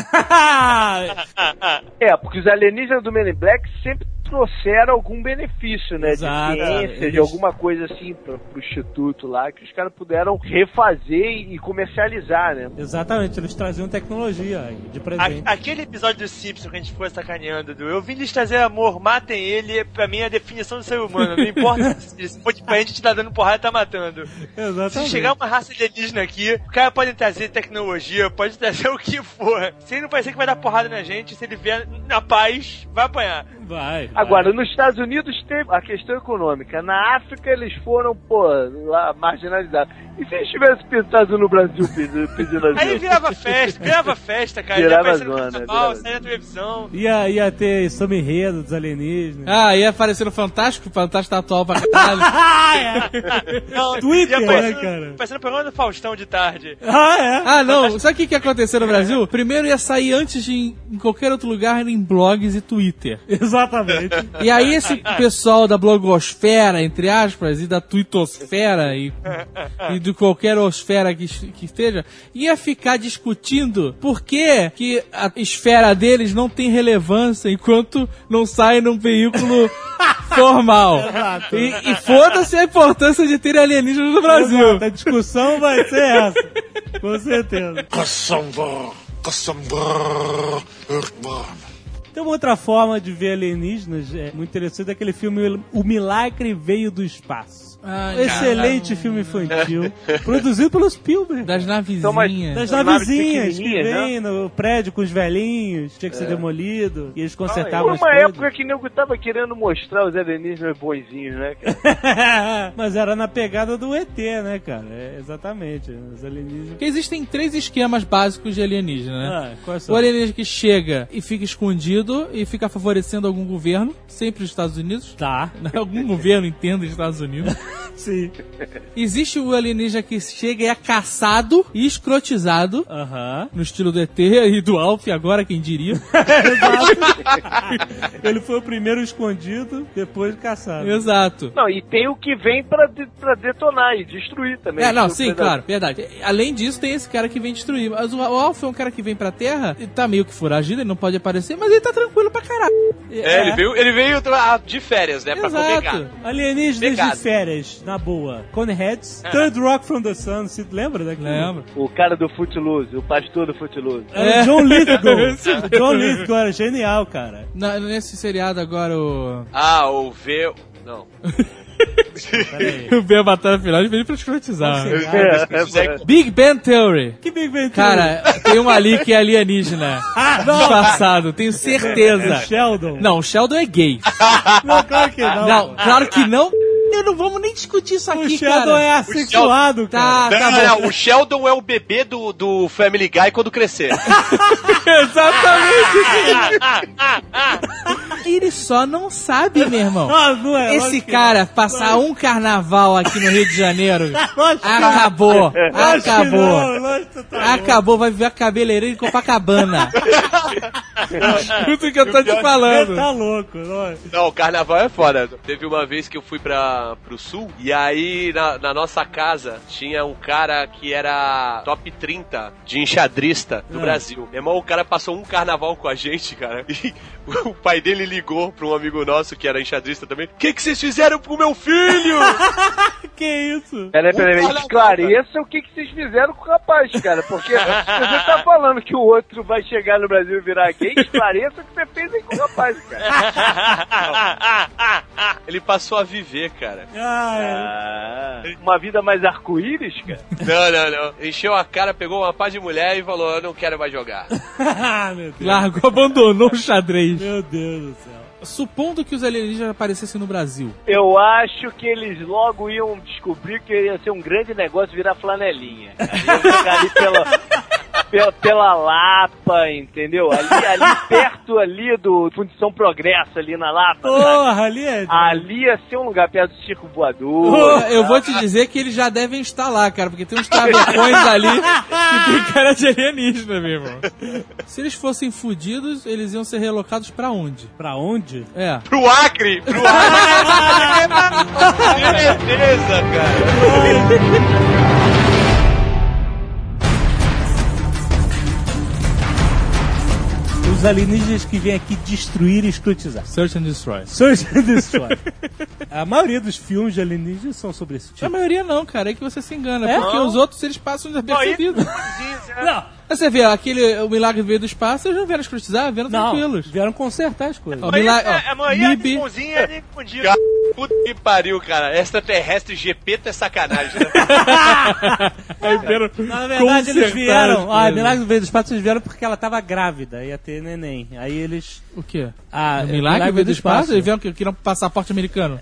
Speaker 3: É, porque os alienígenas do Men in Black sempre trouxeram algum benefício, né?
Speaker 2: Exato.
Speaker 3: de ciência, de
Speaker 2: Eles-
Speaker 3: alguma coisa assim pra, pro instituto lá, que os caras puderam refazer e comercializar, né?
Speaker 2: Exatamente, eles traziam tecnologia aí, de presente.
Speaker 4: A- aquele episódio do Simpson que a gente ficou sacaneando do Eu vim lhes trazer amor, matem ele, pra mim é a definição do ser humano. Não importa se se for diferente, te tá dando porrada e tá matando. Se
Speaker 2: Exatamente.
Speaker 4: chegar uma raça alienígena aqui, o cara pode trazer tecnologia, pode trazer o que for. Se ele não parecer que vai dar porrada na gente, se ele vier na paz, vai apanhar.
Speaker 2: Vai.
Speaker 4: Ah.
Speaker 2: vai.
Speaker 3: Agora, nos Estados Unidos teve a questão econômica. Na África eles foram, pô, lá marginalizados. E se eles tivessem pensado no Brasil pedi- pedindo
Speaker 4: Aí ele
Speaker 3: ajuda?
Speaker 4: virava festa, virava festa, cara.
Speaker 3: Virava
Speaker 4: ele aparecia no
Speaker 3: zona,
Speaker 4: carnaval,
Speaker 3: virava
Speaker 4: saía na televisão.
Speaker 2: Ia, ia ter some enredo dos alienígenas.
Speaker 6: Ah, ia aparecendo Fantástico, Fantástico tá atual pra caralho.
Speaker 2: Ah, é.
Speaker 4: Não,
Speaker 2: Twitter,
Speaker 4: e aparecendo-
Speaker 2: né, cara?
Speaker 4: Aparecendo no programa do Faustão de tarde.
Speaker 2: ah, é.
Speaker 6: Ah, não. Sabe o que, que ia acontecer no Brasil? Primeiro ia sair antes de em, em qualquer outro lugar em blogs e Twitter.
Speaker 2: Exatamente.
Speaker 6: E aí esse pessoal da blogosfera, entre aspas, e da twittosfera e, e de qualquer osfera que, es- que esteja, ia ficar discutindo por que, que a esfera deles não tem relevância enquanto não sai num veículo formal.
Speaker 2: Exato.
Speaker 6: E, e foda-se a importância de ter alienígenas no Brasil.
Speaker 2: Exato, A discussão vai ser essa. Com certeza. Tem uma outra forma de ver alienígenas, é muito interessante, é aquele filme O Milagre Veio do Espaço.
Speaker 6: Ai,
Speaker 2: Um Excelente filme infantil, produzido pelos Spielberg.
Speaker 6: Das navezinhas.
Speaker 2: Das
Speaker 3: As naves
Speaker 2: navezinhas que
Speaker 3: pequenininhas,
Speaker 2: vem no prédio com os velhinhos, tinha que ser demolido, e eles
Speaker 6: Tá
Speaker 2: consertavam
Speaker 3: Foi
Speaker 2: as
Speaker 3: uma
Speaker 2: coisas.
Speaker 3: época que o nego tava querendo mostrar os alienígenas bonzinhos, né? cara?
Speaker 2: Mas era na pegada do ET, né, cara? É, exatamente. Os alienígenas.
Speaker 6: Porque existem três esquemas básicos de alienígena, né?
Speaker 2: Ah, quais
Speaker 6: O
Speaker 2: são?
Speaker 6: alienígena que chega e fica escondido e fica favorecendo algum governo, sempre os Estados Unidos. Né?
Speaker 2: Tá,
Speaker 6: Algum governo entenda os Estados Unidos.
Speaker 2: sim.
Speaker 6: Existe o alienígena que chega e é caçado e escrotizado.
Speaker 2: Aham.
Speaker 6: No estilo do ET e do Alf, agora quem diria.
Speaker 2: Ele foi o primeiro escondido, depois caçado.
Speaker 6: Exato.
Speaker 3: Não, e tem o que vem pra, de- pra detonar e destruir também.
Speaker 6: É, não,
Speaker 3: Isso
Speaker 6: sim,
Speaker 3: foi da-
Speaker 6: claro, verdade. Além disso, tem esse cara que vem destruir. Mas o, o Alf é um cara que vem pra Terra e tá meio que foragido, ele não pode aparecer, mas ele tá tranquilo pra caralho.
Speaker 5: É, ele veio, ele veio ah, de férias, né? Pra comer gato.
Speaker 6: Exato.
Speaker 2: Alienígenas
Speaker 5: Pegado.
Speaker 2: de férias, na boa. Coneheads, Third Rock from the Sun, se lembra daquele?
Speaker 6: Lembro.
Speaker 3: O cara do Footloose, o pastor do Footloose.
Speaker 2: Era
Speaker 6: É.
Speaker 2: o John Lithgow. John Lithgow era genial, cara.
Speaker 6: Na- nesse seriado agora, o.
Speaker 5: Ah, o V. Não.
Speaker 2: Peraí.
Speaker 6: Eu vi a batalha final e veio pra escrotizar.
Speaker 3: É,
Speaker 6: Big Bang Theory.
Speaker 2: Que Big Bang Theory.
Speaker 6: Cara, tem um ali que é alienígena.
Speaker 2: Ah, não.
Speaker 6: Disfarçado, tenho
Speaker 2: É
Speaker 6: certeza.
Speaker 2: Sheldon.
Speaker 6: Não, o Sheldon é gay.
Speaker 2: Não, claro que não.
Speaker 6: Não, claro que não. Eu não vamos nem discutir isso
Speaker 2: O
Speaker 6: aqui,
Speaker 2: Sheldon
Speaker 6: cara.
Speaker 2: é assexuado, cara.
Speaker 6: Tá,
Speaker 5: Não,
Speaker 6: tá
Speaker 5: não,
Speaker 6: bom.
Speaker 5: não, o Sheldon é o bebê do, do Family Guy quando crescer.
Speaker 6: Exatamente. cara. Ele só não sabe, meu irmão.
Speaker 2: Ah, não é,
Speaker 6: Esse
Speaker 2: lógico que
Speaker 6: cara passar um carnaval aqui no Rio de Janeiro.
Speaker 2: não. Lógico que não.
Speaker 6: Acabou.
Speaker 2: Lógico que não,
Speaker 6: Acabou.
Speaker 2: lógico que tá bom.
Speaker 6: Acabou, vai viver a cabeleireira em Copacabana. Tudo que eu tô te
Speaker 2: Ele
Speaker 6: falando.
Speaker 2: tá louco, lógico.
Speaker 5: Não, o carnaval é foda. Teve uma vez que eu fui pra, pro sul e aí na, na nossa casa tinha um cara que era top 30 de enxadrista do
Speaker 2: Ah.
Speaker 5: Brasil. Meu irmão, o cara passou um carnaval com a gente, cara. E o pai dele ligou pra um amigo nosso que era enxadrista também. O que, que vocês fizeram pro meu filho?
Speaker 2: Que isso?
Speaker 3: Peraí, peraí,
Speaker 5: Olha a
Speaker 3: esclareça é o que, que vocês fizeram com o rapaz, cara. Porque se você tá falando que o outro vai chegar no Brasil e virar gay, esclareça o que você fez aí com o rapaz, cara.
Speaker 5: Ele passou a viver, cara.
Speaker 6: É.
Speaker 2: Ah,
Speaker 3: Uma vida mais arco-íris, cara?
Speaker 5: Não, não, não. Encheu a cara, pegou uma pá de mulher e falou: Eu não quero mais jogar.
Speaker 2: é. meu Deus.
Speaker 6: Largou, abandonou o xadrez.
Speaker 2: Meu Deus do céu.
Speaker 6: Supondo que os alienígenas aparecessem no Brasil.
Speaker 3: Eu acho que eles logo iam descobrir que ia ser um grande negócio virar flanelinha. Cara. Ia ficar ali pela, pela, pela Lapa, entendeu? Ali, ali perto ali do Fundição Progresso, ali na Lapa. sabe?
Speaker 2: Porra, ali é...
Speaker 3: Ali ia ser um lugar perto do Circo Voador.
Speaker 6: Eu vou te dizer que eles já devem estar lá, cara, porque tem uns cabecões ali que tem cara de alienígena, meu irmão. Se eles fossem fudidos, eles iam ser relocados pra onde?
Speaker 2: Pra onde?
Speaker 6: É.
Speaker 5: Pro Acre! Pro Acre! Beleza, cara.
Speaker 2: Os os alienígenas que vêm aqui destruir e escrotizar.
Speaker 6: Search and Destroy.
Speaker 2: Search and Destroy. A maioria dos filmes de alienígenas são sobre esse
Speaker 6: A
Speaker 2: tipo.
Speaker 6: maioria não, cara, é que você se engana.
Speaker 2: É?
Speaker 6: Porque
Speaker 4: Não.
Speaker 6: os outros eles passam desapercebidos.
Speaker 2: Não,
Speaker 6: Aí você vê, aquele o milagre veio do espaço, eles não vieram escrotizar, vieram
Speaker 2: não.
Speaker 6: tranquilos.
Speaker 2: Vieram consertar as coisas.
Speaker 6: Ó, milagre, ó,
Speaker 4: Amanhã é
Speaker 6: Mib-
Speaker 4: bonzinho é confundido.
Speaker 5: Puta que pariu, cara. Extraterrestre GP é sacanagem, né?
Speaker 2: Na verdade, eles
Speaker 6: Consertar as
Speaker 2: vieram. Ah, Ó,
Speaker 6: coisas.
Speaker 2: Milagre veio do espaço, eles vieram porque ela tava grávida, ia ter neném. Aí eles.
Speaker 6: O quê?
Speaker 2: Ah,
Speaker 6: o É um milagre, veio do espaço, eles vieram que queriam passaporte americano.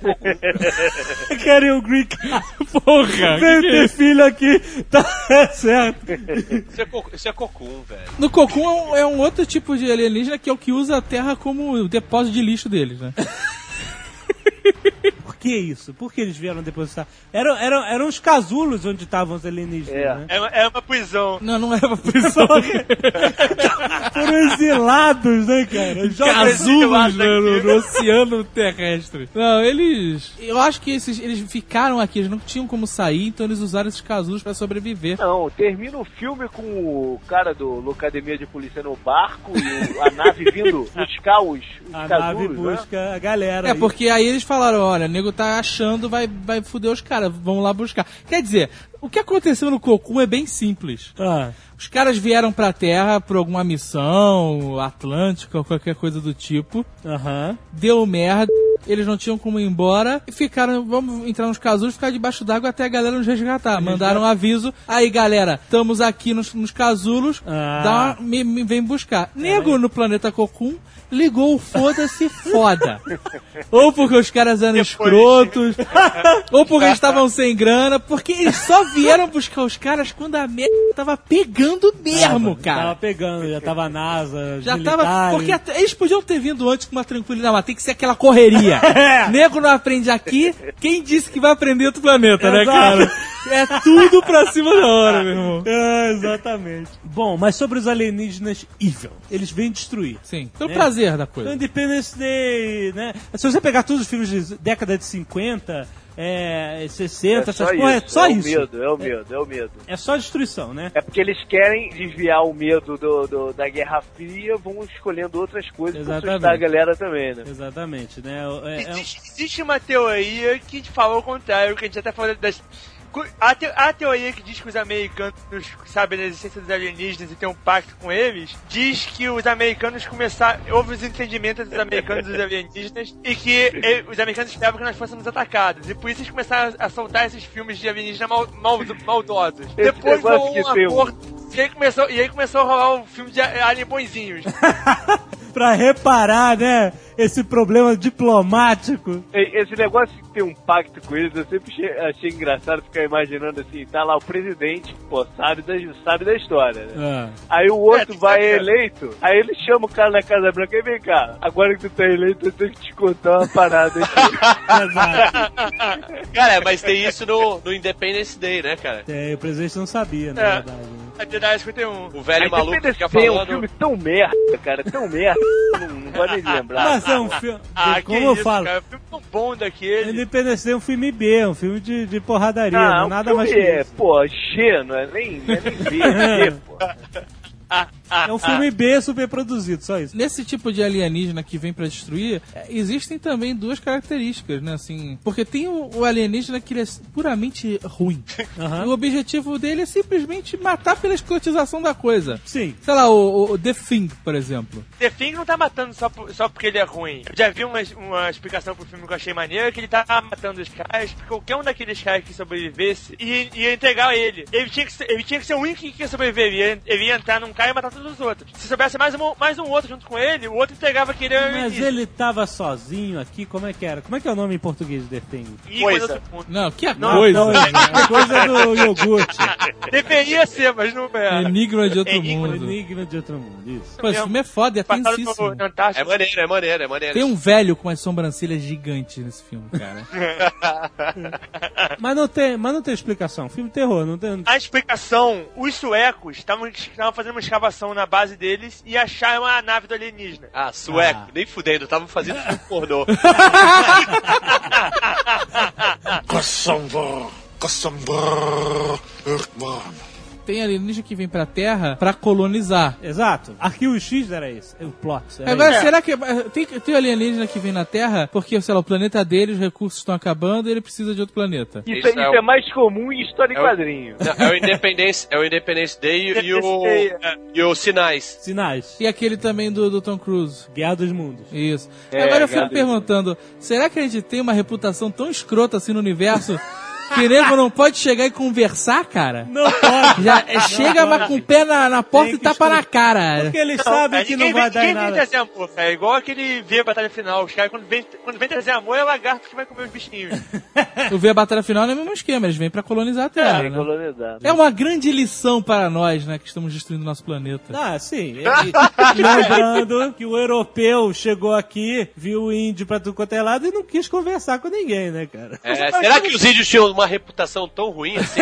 Speaker 2: Querem o Green Porra! Veio
Speaker 6: é
Speaker 2: ter filho aqui. Tá certo.
Speaker 5: Isso é, co- isso é cocum, velho.
Speaker 6: No Cocum é um, é um outro tipo de alienígena que é o que usa a Terra como depósito de lixo deles, né?
Speaker 2: Por que isso? Por que eles vieram depositar? Eram, eram, eram os casulos onde estavam os alienígenas,
Speaker 3: É.
Speaker 2: né?
Speaker 4: É, uma- é uma prisão.
Speaker 6: Não, não é pra prisão.
Speaker 2: Foram exilados, né, cara? Joga
Speaker 6: casulos
Speaker 4: lá
Speaker 6: né, no, no oceano terrestre. Não, eles. Eu acho que esses, eles ficaram aqui, eles não tinham como sair, então eles usaram esses casulos pra sobreviver.
Speaker 3: Não, termina o filme com o cara do Locademia de Polícia no barco e o- a nave vindo buscar os, os
Speaker 2: A nave
Speaker 3: casulos, né?
Speaker 2: busca a galera.
Speaker 6: É,
Speaker 2: aí.
Speaker 6: porque aí eles falaram: olha, nego tá achando, vai, vai fuder os caras, vamos lá buscar. Quer dizer, o que aconteceu no Cocum é bem simples.
Speaker 2: Ah,
Speaker 6: Os caras vieram pra Terra por alguma missão atlântica ou qualquer coisa do tipo.
Speaker 2: aham.
Speaker 6: deu merda, eles não tinham como ir embora e ficaram, vamos entrar nos casulos, ficar debaixo d'água até a galera nos resgatar. Mandaram um aviso, aí galera, estamos aqui nos, nos casulos,
Speaker 2: Ah.
Speaker 6: dá uma- me, me vem buscar. Nego no planeta Cocum ligou o foda-se foda. ou porque os caras eram escrotos, ou porque eles estavam sem grana, porque eles só vieram buscar os caras quando a merda tava pegando é
Speaker 2: Ah,
Speaker 6: mesmo, cara.
Speaker 2: Tava pegando, já tava a NASA, os
Speaker 6: Já tava.
Speaker 2: militares.
Speaker 6: Porque é até- eles podiam ter vindo antes com uma tranquilidade, "Ah, mas tem que ser aquela correria.
Speaker 2: É.
Speaker 6: Nego não aprende aqui, quem disse que vai aprender outro planeta, né, cara? É tudo pra cima da hora, meu irmão.
Speaker 2: É, exatamente. Bom, mas sobre os alienígenas evil, eles vêm destruir.
Speaker 6: Sim, foi o
Speaker 2: É.
Speaker 6: prazer da coisa.
Speaker 2: Então, Independence Day, né? Se você pegar todos os filmes de década de 50, é, 60, essas porra, é só
Speaker 3: é
Speaker 2: isso.
Speaker 3: o medo, é o medo, é o medo.
Speaker 2: É só destruição, né?
Speaker 3: É porque eles querem desviar o medo do, do- da Guerra Fria, vão escolhendo outras coisas pra
Speaker 2: Exatamente.
Speaker 3: assustar a galera também, né?
Speaker 2: Exatamente, né? É- é um-
Speaker 4: Existe, existe uma teoria que te falou o contrário, que a gente até falou das. cu- A, te- a teoria que diz que os americanos sabem da existência dos alienígenas e tem um pacto com eles, diz que os americanos começaram. Houve os entendimentos dos americanos e dos alienígenas e que eh, os americanos esperavam que nós fôssemos atacados. E por isso eles começaram a soltar esses filmes de alienígenas mal, mal, maldosos. Depois
Speaker 3: negócio
Speaker 4: rolou
Speaker 3: que
Speaker 4: um
Speaker 3: tem um-
Speaker 4: acordo. E aí, começou, e aí começou a rolar um filme de a- alien bonzinhos.
Speaker 2: um- pra reparar, né? Esse problema diplomático.
Speaker 3: E- Esse negócio de ter um pacto com eles, eu sempre che- achei engraçado ficar imaginando assim, tá lá o presidente, pô, sabe da, sabe da história,
Speaker 2: É.
Speaker 3: né? Aí o outro
Speaker 4: É,
Speaker 3: vai
Speaker 4: é, é.
Speaker 3: eleito, aí ele chama o cara na Casa Branca e vem cá, agora que tu tá eleito, eu tenho que te contar uma parada aqui.
Speaker 2: É Exato.
Speaker 5: Cara, mas tem isso no, no Independence Day, né, cara?
Speaker 2: É, o presidente não sabia, na
Speaker 4: É.
Speaker 2: verdade. né?
Speaker 4: A Jedi 51.
Speaker 5: O velho maluco
Speaker 3: Independence
Speaker 5: fica
Speaker 3: Day é um filme
Speaker 5: falando.
Speaker 3: tão merda, cara, tão merda, não, não vale nem lembrar.
Speaker 2: Mas é um filme.
Speaker 4: Ah, que
Speaker 2: como eu
Speaker 4: isso,
Speaker 2: falo,
Speaker 4: cara. Filme tão bom daquele.
Speaker 2: Independence Day é um filme B, é um filme de, de porradaria,
Speaker 3: Ah,
Speaker 2: não é
Speaker 3: um
Speaker 2: nada
Speaker 3: filme
Speaker 2: mais que
Speaker 3: é,
Speaker 2: isso.
Speaker 3: pô, G, não é nem, não é nem B, é G, pô.
Speaker 2: É um filme B super produzido, só isso.
Speaker 6: Nesse tipo de alienígena que vem pra destruir, eh, existem também duas características, né? Assim, porque tem o, o alienígena que ele é puramente ruim.
Speaker 2: Aham.
Speaker 6: E o objetivo dele é simplesmente matar pela escrotização da coisa.
Speaker 2: Sim.
Speaker 6: Sei lá, o, o The Thing, por exemplo.
Speaker 4: The Thing não tá matando só, por- só porque ele é ruim. Eu já vi uma, uma explicação pro filme que eu achei maneira, que ele tá matando os caras, porque qualquer um daqueles caras que sobrevivesse ia, ia entregar ele. Ele tinha, que ser, ele tinha que ser o único que ia sobreviver, ele ia, ele ia entrar num cara e matar todos os outros. Se soubesse mais um, mais um outro junto com ele, o outro entregava que ele era o
Speaker 2: Mas
Speaker 4: início.
Speaker 2: ele tava sozinho aqui, como é que era? Como é que é o nome em português de The Thing?
Speaker 4: E quando
Speaker 5: Coisa.
Speaker 4: eu sou-
Speaker 6: Não, que
Speaker 4: Não,
Speaker 6: coisa.
Speaker 2: Não, é coisa do iogurte.
Speaker 4: Deveria ser, mas não é.
Speaker 6: Enigma de outro
Speaker 4: Enigma
Speaker 6: mundo.
Speaker 2: Enigma de outro mundo, isso.
Speaker 6: Pô, esse filme é foda, é
Speaker 4: Passaram
Speaker 6: tensíssimo.
Speaker 4: no
Speaker 5: É
Speaker 4: Antártico.
Speaker 5: maneiro, é maneiro, é maneiro.
Speaker 6: Tem um velho com as sobrancelhas gigantes nesse filme, cara.
Speaker 2: Mas não tem, mas não tem explicação. Filme terror, não tem.
Speaker 4: A explicação, os suecos tá- estavam estavam fazendo uma escavação na base deles e acharam a nave do alienígena.
Speaker 5: Ah, sueco, nem fudendo, tava fazendo filme pornô.
Speaker 1: Kassambor, Kassambor, Earthworm,
Speaker 6: tem alienígena que vem pra Terra pra colonizar.
Speaker 2: Exato. Arquivo X era esse. É O plot. Era
Speaker 6: Agora,
Speaker 2: esse.
Speaker 6: será que. eh, Tem, tem alienígena que vem na Terra porque, sei lá, o planeta dele, os recursos estão acabando e ele precisa de outro planeta.
Speaker 3: Isso, é,
Speaker 5: Isso é
Speaker 3: isso é
Speaker 5: o-
Speaker 3: mais comum em história em
Speaker 5: é o-
Speaker 3: quadrinho.
Speaker 5: Não, é o Independence, é o Independence Day e, e o,
Speaker 4: Independence
Speaker 5: e o Sinais.
Speaker 2: Sinais.
Speaker 6: E aquele também do, do Tom Cruise.
Speaker 2: Guerra dos Mundos.
Speaker 6: Isso.
Speaker 3: É,
Speaker 6: Agora eu fico
Speaker 3: agradeço.
Speaker 6: perguntando: será que a gente tem uma reputação tão escrota assim no universo que nego não pode chegar e conversar, cara?
Speaker 2: Não pode.
Speaker 6: Já é, chega, mas com o pé na, na porta
Speaker 2: Tem
Speaker 6: e
Speaker 2: que
Speaker 6: tapa na
Speaker 2: esconder.
Speaker 6: cara.
Speaker 2: Porque eles sabem
Speaker 4: É,
Speaker 2: que não vai dar em
Speaker 4: ninguém vem
Speaker 2: nada.
Speaker 4: trazer amor, cara. É igual aquele via batalha final. Os caras, quando vem, quando vem trazer amor, é lagarto que vai comer os bichinhos.
Speaker 6: Tu vê a batalha final não é o mesmo esquema, eles vêm pra colonizar a Terra.
Speaker 3: É,
Speaker 6: né?
Speaker 3: colonizado.
Speaker 6: É uma grande lição para nós, né? Que estamos destruindo nosso planeta.
Speaker 2: Ah, sim. E- e lembrando que o europeu chegou aqui, viu o índio pra tudo quanto é lado e não quis conversar com ninguém, né, cara?
Speaker 5: É, será que os índios tinham uma reputação tão ruim assim?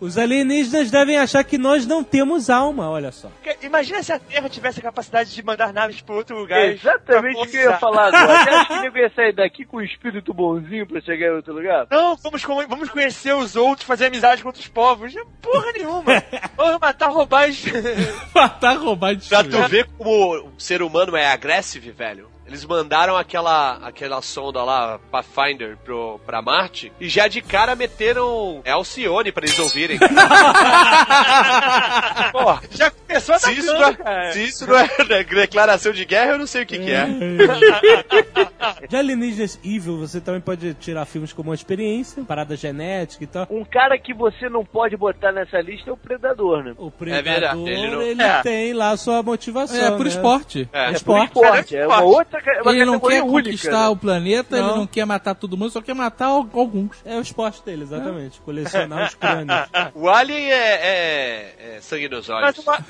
Speaker 2: Os alienígenas devem achar que nós não temos alma, olha só.
Speaker 4: Porque Imagina se a Terra tivesse a capacidade de mandar naves pra outro lugar.
Speaker 3: É Exatamente
Speaker 4: pra
Speaker 3: o que eu ia
Speaker 4: colonizar.
Speaker 3: falar agora. Você acha que nego ia sair daqui com o espírito bonzinho pra chegar em outro lugar?
Speaker 4: Não, vamos, con- vamos conhecer os outros, fazer amizade com outros povos. Porra nenhuma. Vamos matar, roubar e
Speaker 6: Matar, roubar e
Speaker 5: pra
Speaker 6: destruir.
Speaker 5: tu ver como o ser humano é agressivo, velho. Eles mandaram aquela, aquela sonda lá, Pathfinder, pro, pra Marte, e já de cara meteram Alcione pra eles ouvirem. Porra,
Speaker 4: já tá começou a
Speaker 5: se isso, não é, se isso não é declaração de guerra, eu não sei o que, que é.
Speaker 2: De alienígenas evil, você também pode tirar filmes como uma experiência, parada genética e tal.
Speaker 4: É
Speaker 3: Um cara que você não pode botar nessa lista é o Predador, né?
Speaker 2: O
Speaker 5: É
Speaker 2: predador,
Speaker 5: verdade,
Speaker 2: ele,
Speaker 5: ele não-
Speaker 4: é.
Speaker 2: tem lá a sua motivação.
Speaker 6: É, por
Speaker 2: né?
Speaker 6: esporte.
Speaker 5: É.
Speaker 2: Esporte.
Speaker 3: Esporte, é uma
Speaker 4: Esporte.
Speaker 3: outra ca- uma
Speaker 6: ele não
Speaker 3: categoria
Speaker 6: quer
Speaker 3: única.
Speaker 6: conquistar
Speaker 3: né?
Speaker 6: o planeta,
Speaker 2: Não.
Speaker 6: ele não quer matar todo mundo, só quer matar al- alguns.
Speaker 2: É o esporte dele, exatamente. Colecionar os crânios.
Speaker 5: O Alien é, é, é sangue nos olhos.
Speaker 4: Mas uma-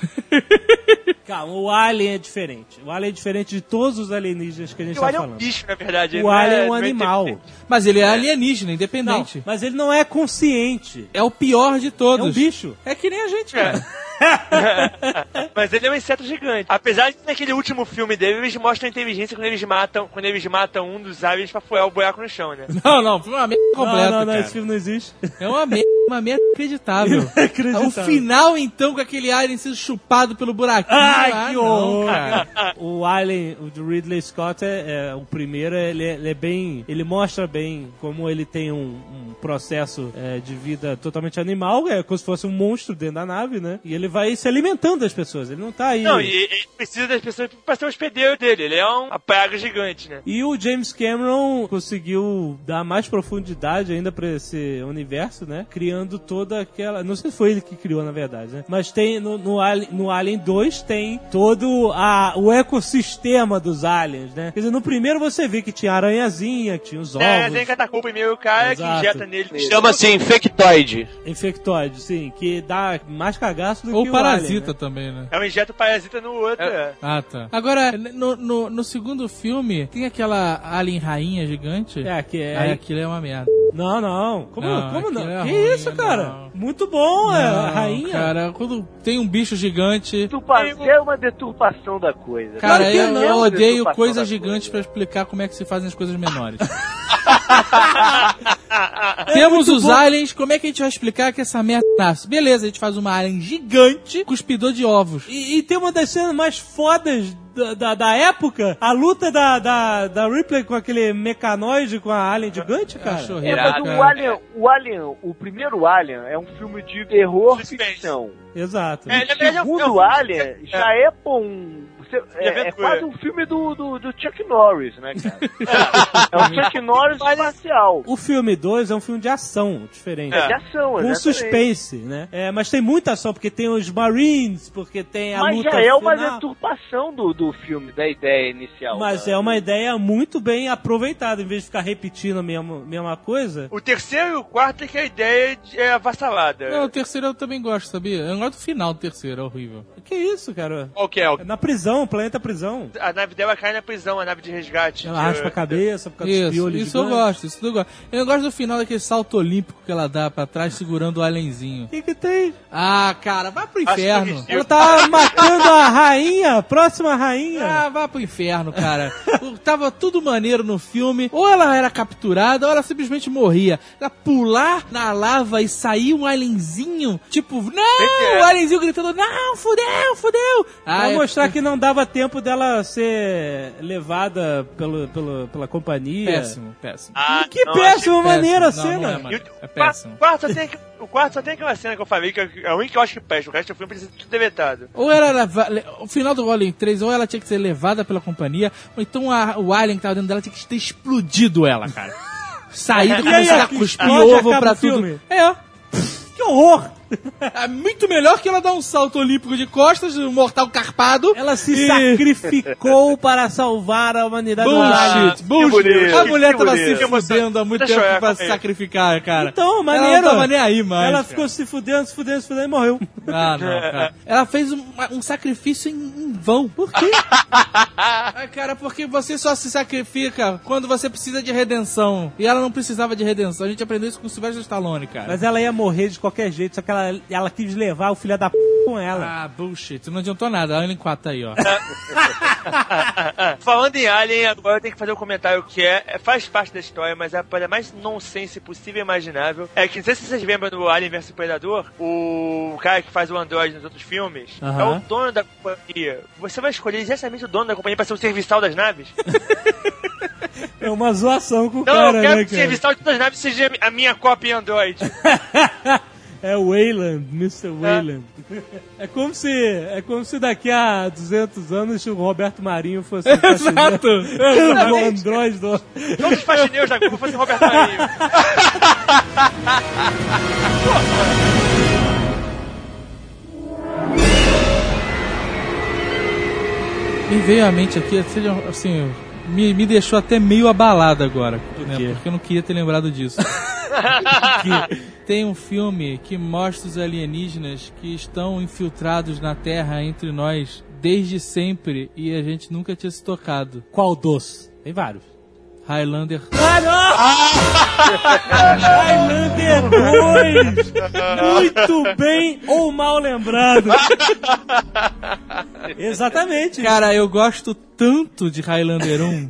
Speaker 2: Calma, o Alien é diferente. O Alien é diferente de todos os alienígenas que a gente
Speaker 4: o
Speaker 2: tá
Speaker 4: alien é um
Speaker 2: falando.
Speaker 4: bicho, na verdade. ele
Speaker 2: O
Speaker 4: não
Speaker 2: Alien é um
Speaker 4: não
Speaker 2: animal.
Speaker 4: independente.
Speaker 6: Mas ele é alienígena,
Speaker 2: Não,
Speaker 6: independente.
Speaker 2: mas ele não é consciente.
Speaker 6: É o pior de
Speaker 2: É
Speaker 6: todos.
Speaker 2: um bicho.
Speaker 6: É que nem a gente, cara.
Speaker 4: Mas ele é um inseto gigante. Apesar de que naquele último filme dele, eles mostram a inteligência quando eles matam, quando eles matam um dos aliens pra furar o buraco no chão, né?
Speaker 6: Não, não, foi uma merda completa,
Speaker 2: não, não, não,
Speaker 6: cara.
Speaker 2: esse filme não existe.
Speaker 6: É uma merda, uma merda inacreditável.
Speaker 2: Inacreditável.
Speaker 6: O final, então, com aquele alien sendo chupado pelo buraquinho.
Speaker 2: Ai,
Speaker 6: Ah,
Speaker 2: que
Speaker 6: não,
Speaker 2: horror,
Speaker 6: cara.
Speaker 2: cara. O Alien, o do Ridley Scott, é, é o primeiro, ele é, ele é bem. Ele mostra bem como ele tem um, um processo é, de vida totalmente animal, é como se fosse um monstro dentro da nave, né? E ele vai se alimentando das pessoas, ele não tá aí.
Speaker 4: Não, e ele precisa das pessoas pra ser o hospedeiro dele. Ele é um- uma praga gigante, né?
Speaker 2: E o James Cameron conseguiu dar mais profundidade ainda pra esse universo, né? Criando toda aquela. Não sei se foi ele que criou, na verdade, né? Mas tem no, no, Alien, no Alien 2 tem todo a, o ecossistema dos aliens, né? Quer dizer, no primeiro você vê que tinha aranhazinha, que tinha os ovos.
Speaker 4: É, tem catacumba e meio cara
Speaker 2: Exato.
Speaker 4: que injeta nele.
Speaker 5: Chama-se Infectoid.
Speaker 2: Infectoide, sim, que dá mais cagaço do que
Speaker 6: Ou
Speaker 2: o
Speaker 6: parasita
Speaker 2: Alien, né?
Speaker 6: também, né?
Speaker 4: É um injeto parasita no outro. é.
Speaker 6: Ah, tá. Agora, no, no, no segundo filme, tem aquela alien rainha gigante.
Speaker 2: É, que é.
Speaker 6: Aí aquilo é uma merda.
Speaker 2: Não, não. Como não?
Speaker 6: Não,
Speaker 2: Como não?
Speaker 6: aquilo é
Speaker 2: que
Speaker 6: ruim,
Speaker 2: isso, cara?
Speaker 6: não.
Speaker 2: Muito bom, é, a
Speaker 6: Não,
Speaker 2: rainha.
Speaker 6: Cara, quando tem um bicho gigante.
Speaker 3: Deturpa- É uma deturpação da coisa. né?
Speaker 6: Cara,
Speaker 2: que
Speaker 6: eu,
Speaker 2: não,
Speaker 6: eu odeio
Speaker 3: deturpação da
Speaker 6: coisas
Speaker 3: coisa.
Speaker 6: gigantes pra explicar como é que se fazem as coisas menores. Temos os aliens, como é que a gente vai explicar que essa merda nasce? Beleza, a gente faz uma alien gigante, cuspidor de ovos.
Speaker 2: E, e tem uma das cenas mais fodas da, da, da época, a luta da, da, da Ripley com aquele mecanoide, com a alien gigante, cara.
Speaker 6: Acho
Speaker 3: É,
Speaker 6: horrível,
Speaker 3: mas o
Speaker 6: cara.
Speaker 3: Alien, o Alien, o primeiro Alien é um filme de terror
Speaker 4: Suspense.
Speaker 3: ficção.
Speaker 2: Exato.
Speaker 4: É, ele-
Speaker 3: O
Speaker 4: ele é um- é um
Speaker 3: segundo
Speaker 4: filme de-
Speaker 3: Alien já é pô, um. você- é, é
Speaker 4: aventura.
Speaker 3: quase um filme do, do, do Chuck Norris, né, cara? é um Chuck Norris espacial.
Speaker 2: O filme 2 é um filme de ação, diferente.
Speaker 3: É de ação,
Speaker 2: Com
Speaker 3: exatamente.
Speaker 2: suspense, né? É, mas tem muita ação, porque tem os Marines, porque tem a
Speaker 3: Mas
Speaker 2: luta
Speaker 3: já é uma
Speaker 2: final.
Speaker 3: deturpação do, do filme, da ideia inicial.
Speaker 2: Mas
Speaker 3: né?
Speaker 2: é uma ideia muito bem aproveitada, em vez de ficar repetindo a mesma, mesma coisa.
Speaker 4: O terceiro e o quarto é que a ideia de- é avassalada.
Speaker 6: Não, o terceiro eu também gosto, sabia? Eu gosto do final do terceiro, é horrível.
Speaker 2: Que isso, cara?
Speaker 5: Qual que é? O
Speaker 2: É na prisão, prisão, planeta prisão.
Speaker 4: A nave dela cai na prisão, a nave de resgate.
Speaker 2: Ela
Speaker 6: É,
Speaker 2: raspa a cabeça por causa dos
Speaker 6: Isso,
Speaker 2: piolhos
Speaker 6: isso eu
Speaker 2: gigantes.
Speaker 6: gosto, isso eu gosto. Eu não gosto do final daquele salto olímpico que ela dá pra trás segurando o alienzinho.
Speaker 2: O que, que tem?
Speaker 6: Ah, cara, vai pro inferno.
Speaker 4: que-
Speaker 2: Ela tá matando a rainha, a próxima rainha.
Speaker 6: Ah, vá pro inferno, cara. O- Tava tudo maneiro no filme. Ou ela era capturada, ou ela simplesmente morria. Ela pular na lava e sair um alienzinho, tipo, não! O alienzinho gritando, não, fudeu, fudeu!
Speaker 2: Pra
Speaker 6: é-
Speaker 2: mostrar que não dava tempo dela ser levada pelo, pelo, pela companhia.
Speaker 6: é Péssimo, péssimo.
Speaker 4: Ah,
Speaker 2: que
Speaker 4: não,
Speaker 2: péssima
Speaker 6: péssimo.
Speaker 2: é. maneira assim, né? a
Speaker 6: Não,
Speaker 2: cena.
Speaker 6: não é, mano.
Speaker 4: E o,
Speaker 6: É
Speaker 4: o
Speaker 6: péssimo.
Speaker 4: qua- quarto só tem aqu- o quarto só tem aquela cena que eu falei, que é a única que eu acho que presta, o resto do filme precisa ser tudo devetado.
Speaker 6: Ou ela leva... le- o final do Alien 3, ou ela tinha que ser levada pela companhia, ou então a- o alien que tava dentro dela tinha que ter explodido ela, cara.
Speaker 2: E
Speaker 6: Saído,
Speaker 2: aí,
Speaker 6: começado a
Speaker 2: que
Speaker 6: cuspir
Speaker 2: explode,
Speaker 6: ovo
Speaker 2: acaba
Speaker 6: pra
Speaker 2: o filme?
Speaker 6: tudo. É,
Speaker 2: Que horror!
Speaker 6: É muito melhor que ela dar um salto olímpico de costas, um mortal carpado.
Speaker 2: Ela se
Speaker 6: E-
Speaker 2: sacrificou para salvar a humanidade.
Speaker 4: Ah,
Speaker 6: Bullshit,
Speaker 4: que
Speaker 6: bullshit.
Speaker 4: bonito.
Speaker 6: A mulher
Speaker 4: Que
Speaker 6: tava
Speaker 4: bonito.
Speaker 6: se
Speaker 4: Que emoção.
Speaker 6: fudendo há muito
Speaker 4: Deixa
Speaker 6: tempo
Speaker 4: eu
Speaker 6: pra
Speaker 4: olhar,
Speaker 6: se
Speaker 4: calma aí.
Speaker 6: sacrificar, cara.
Speaker 2: Então,
Speaker 6: Ela
Speaker 2: maneiro.
Speaker 6: não tava nem aí mais.
Speaker 2: Ela
Speaker 6: cara.
Speaker 2: ficou se fudendo, se fudendo, se fudendo e morreu.
Speaker 6: Ah, não, cara. Ela fez um, um sacrifício em, em vão. Por quê? ah, cara, porque você só se sacrifica quando você precisa de redenção. E ela não precisava de redenção. A gente aprendeu isso com o Sylvester Stallone, cara.
Speaker 2: Mas ela ia morrer de qualquer jeito, só que ela, ela quis levar o filho da p com ela.
Speaker 6: Ah, bullshit. Não adiantou nada. Alien 4 tá aí, ó.
Speaker 4: Falando em Alien, agora eu tenho que fazer um comentário que é, é- faz parte da história, mas é a coisa mais nonsense possível e imaginável. É que não sei se vocês lembram do Alien vs Predador, o cara que faz o Android nos outros filmes é
Speaker 6: Aham.
Speaker 4: o dono da companhia. Você vai escolher exatamente o dono da companhia pra ser o serviçal das naves?
Speaker 2: É uma zoação com o
Speaker 4: Não,
Speaker 2: cara,
Speaker 4: eu quero
Speaker 2: né,
Speaker 4: que o
Speaker 2: cara?
Speaker 4: serviçal de todas as naves seja a minha cópia em Android. Ah.
Speaker 2: É o Wayland, Mr. Wayland. É. como se, é como se daqui a 200 anos o Roberto Marinho fosse um faxineiro.
Speaker 6: Exato.
Speaker 2: o Android do...
Speaker 4: Todos os faxineiros da Google fossem Roberto Marinho.
Speaker 6: Me veio à mente aqui, seja assim, me, me deixou até meio abalado agora, né?
Speaker 2: quê?
Speaker 6: Porque eu não queria ter lembrado disso. Que tem um filme que mostra os alienígenas que estão infiltrados na Terra entre nós desde sempre e a gente nunca tinha se tocado.
Speaker 2: Qual doce? Tem vários.
Speaker 6: Highlander.
Speaker 2: Ah, não! Highlander 2! é Muito bem ou mal lembrado. Exatamente.
Speaker 6: Cara, eu gosto tanto de Highlander 1,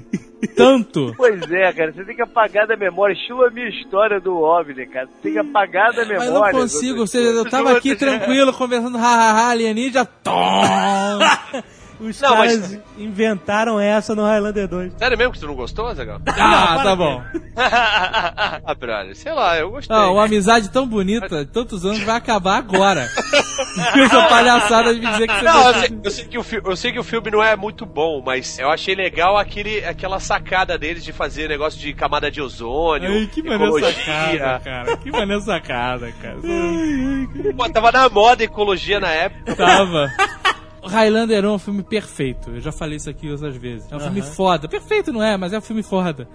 Speaker 6: tanto.
Speaker 3: Pois é, cara, você tem que apagar da memória. Estilo a minha história do OVNI, cara. Você tem que apagar da memória.
Speaker 6: Mas não consigo,
Speaker 3: essas
Speaker 6: ou seja, eu
Speaker 3: coisas.
Speaker 6: tava aqui tranquilo, conversando, hahaha, alienígena, tom!
Speaker 2: Os
Speaker 4: Não,
Speaker 2: caras
Speaker 4: mas-
Speaker 2: inventaram essa no Highlander 2.
Speaker 5: Sério mesmo que tu não gostou, Zagal?
Speaker 6: Ah, tá bom.
Speaker 5: Ah, brother, sei lá, eu gostei.
Speaker 6: Ah, uma amizade tão bonita, de tantos anos, vai acabar agora. Com essa palhaçada de me dizer que você
Speaker 5: Não, assim, eu sei,
Speaker 6: gosta.
Speaker 5: eu sei que o fi- eu sei que o filme não é muito bom, mas eu achei legal aquele, aquela sacada deles de fazer negócio de camada de ozônio,
Speaker 6: Ai, que maneira sacada,
Speaker 5: ecologia. Hum.
Speaker 6: cara. Que maneira sacada, cara.
Speaker 5: Pô, tava na moda ecologia na época.
Speaker 6: Tava. O Highlander 1 é um filme perfeito. Eu já falei isso aqui outras vezes. É um filme foda. Perfeito não é, mas é um filme foda.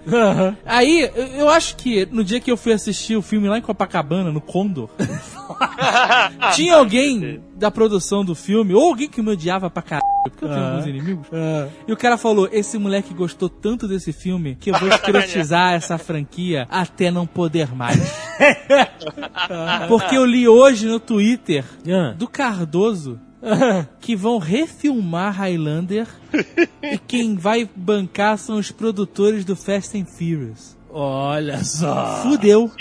Speaker 6: Aí, eu- eu acho que no dia que eu fui assistir o filme lá em Copacabana, no Condor, tinha alguém da produção do filme, ou alguém que me odiava pra caralho, porque eu tenho
Speaker 2: Ah.
Speaker 6: alguns inimigos. E o cara falou: Esse moleque gostou tanto desse filme que eu vou escrotizar essa franquia até não poder mais. Porque eu li hoje no Twitter
Speaker 2: Ah.
Speaker 6: do Cardoso que vão refilmar Highlander e quem vai bancar são os produtores do Fast and Furious.
Speaker 2: Olha só.
Speaker 6: Fudeu.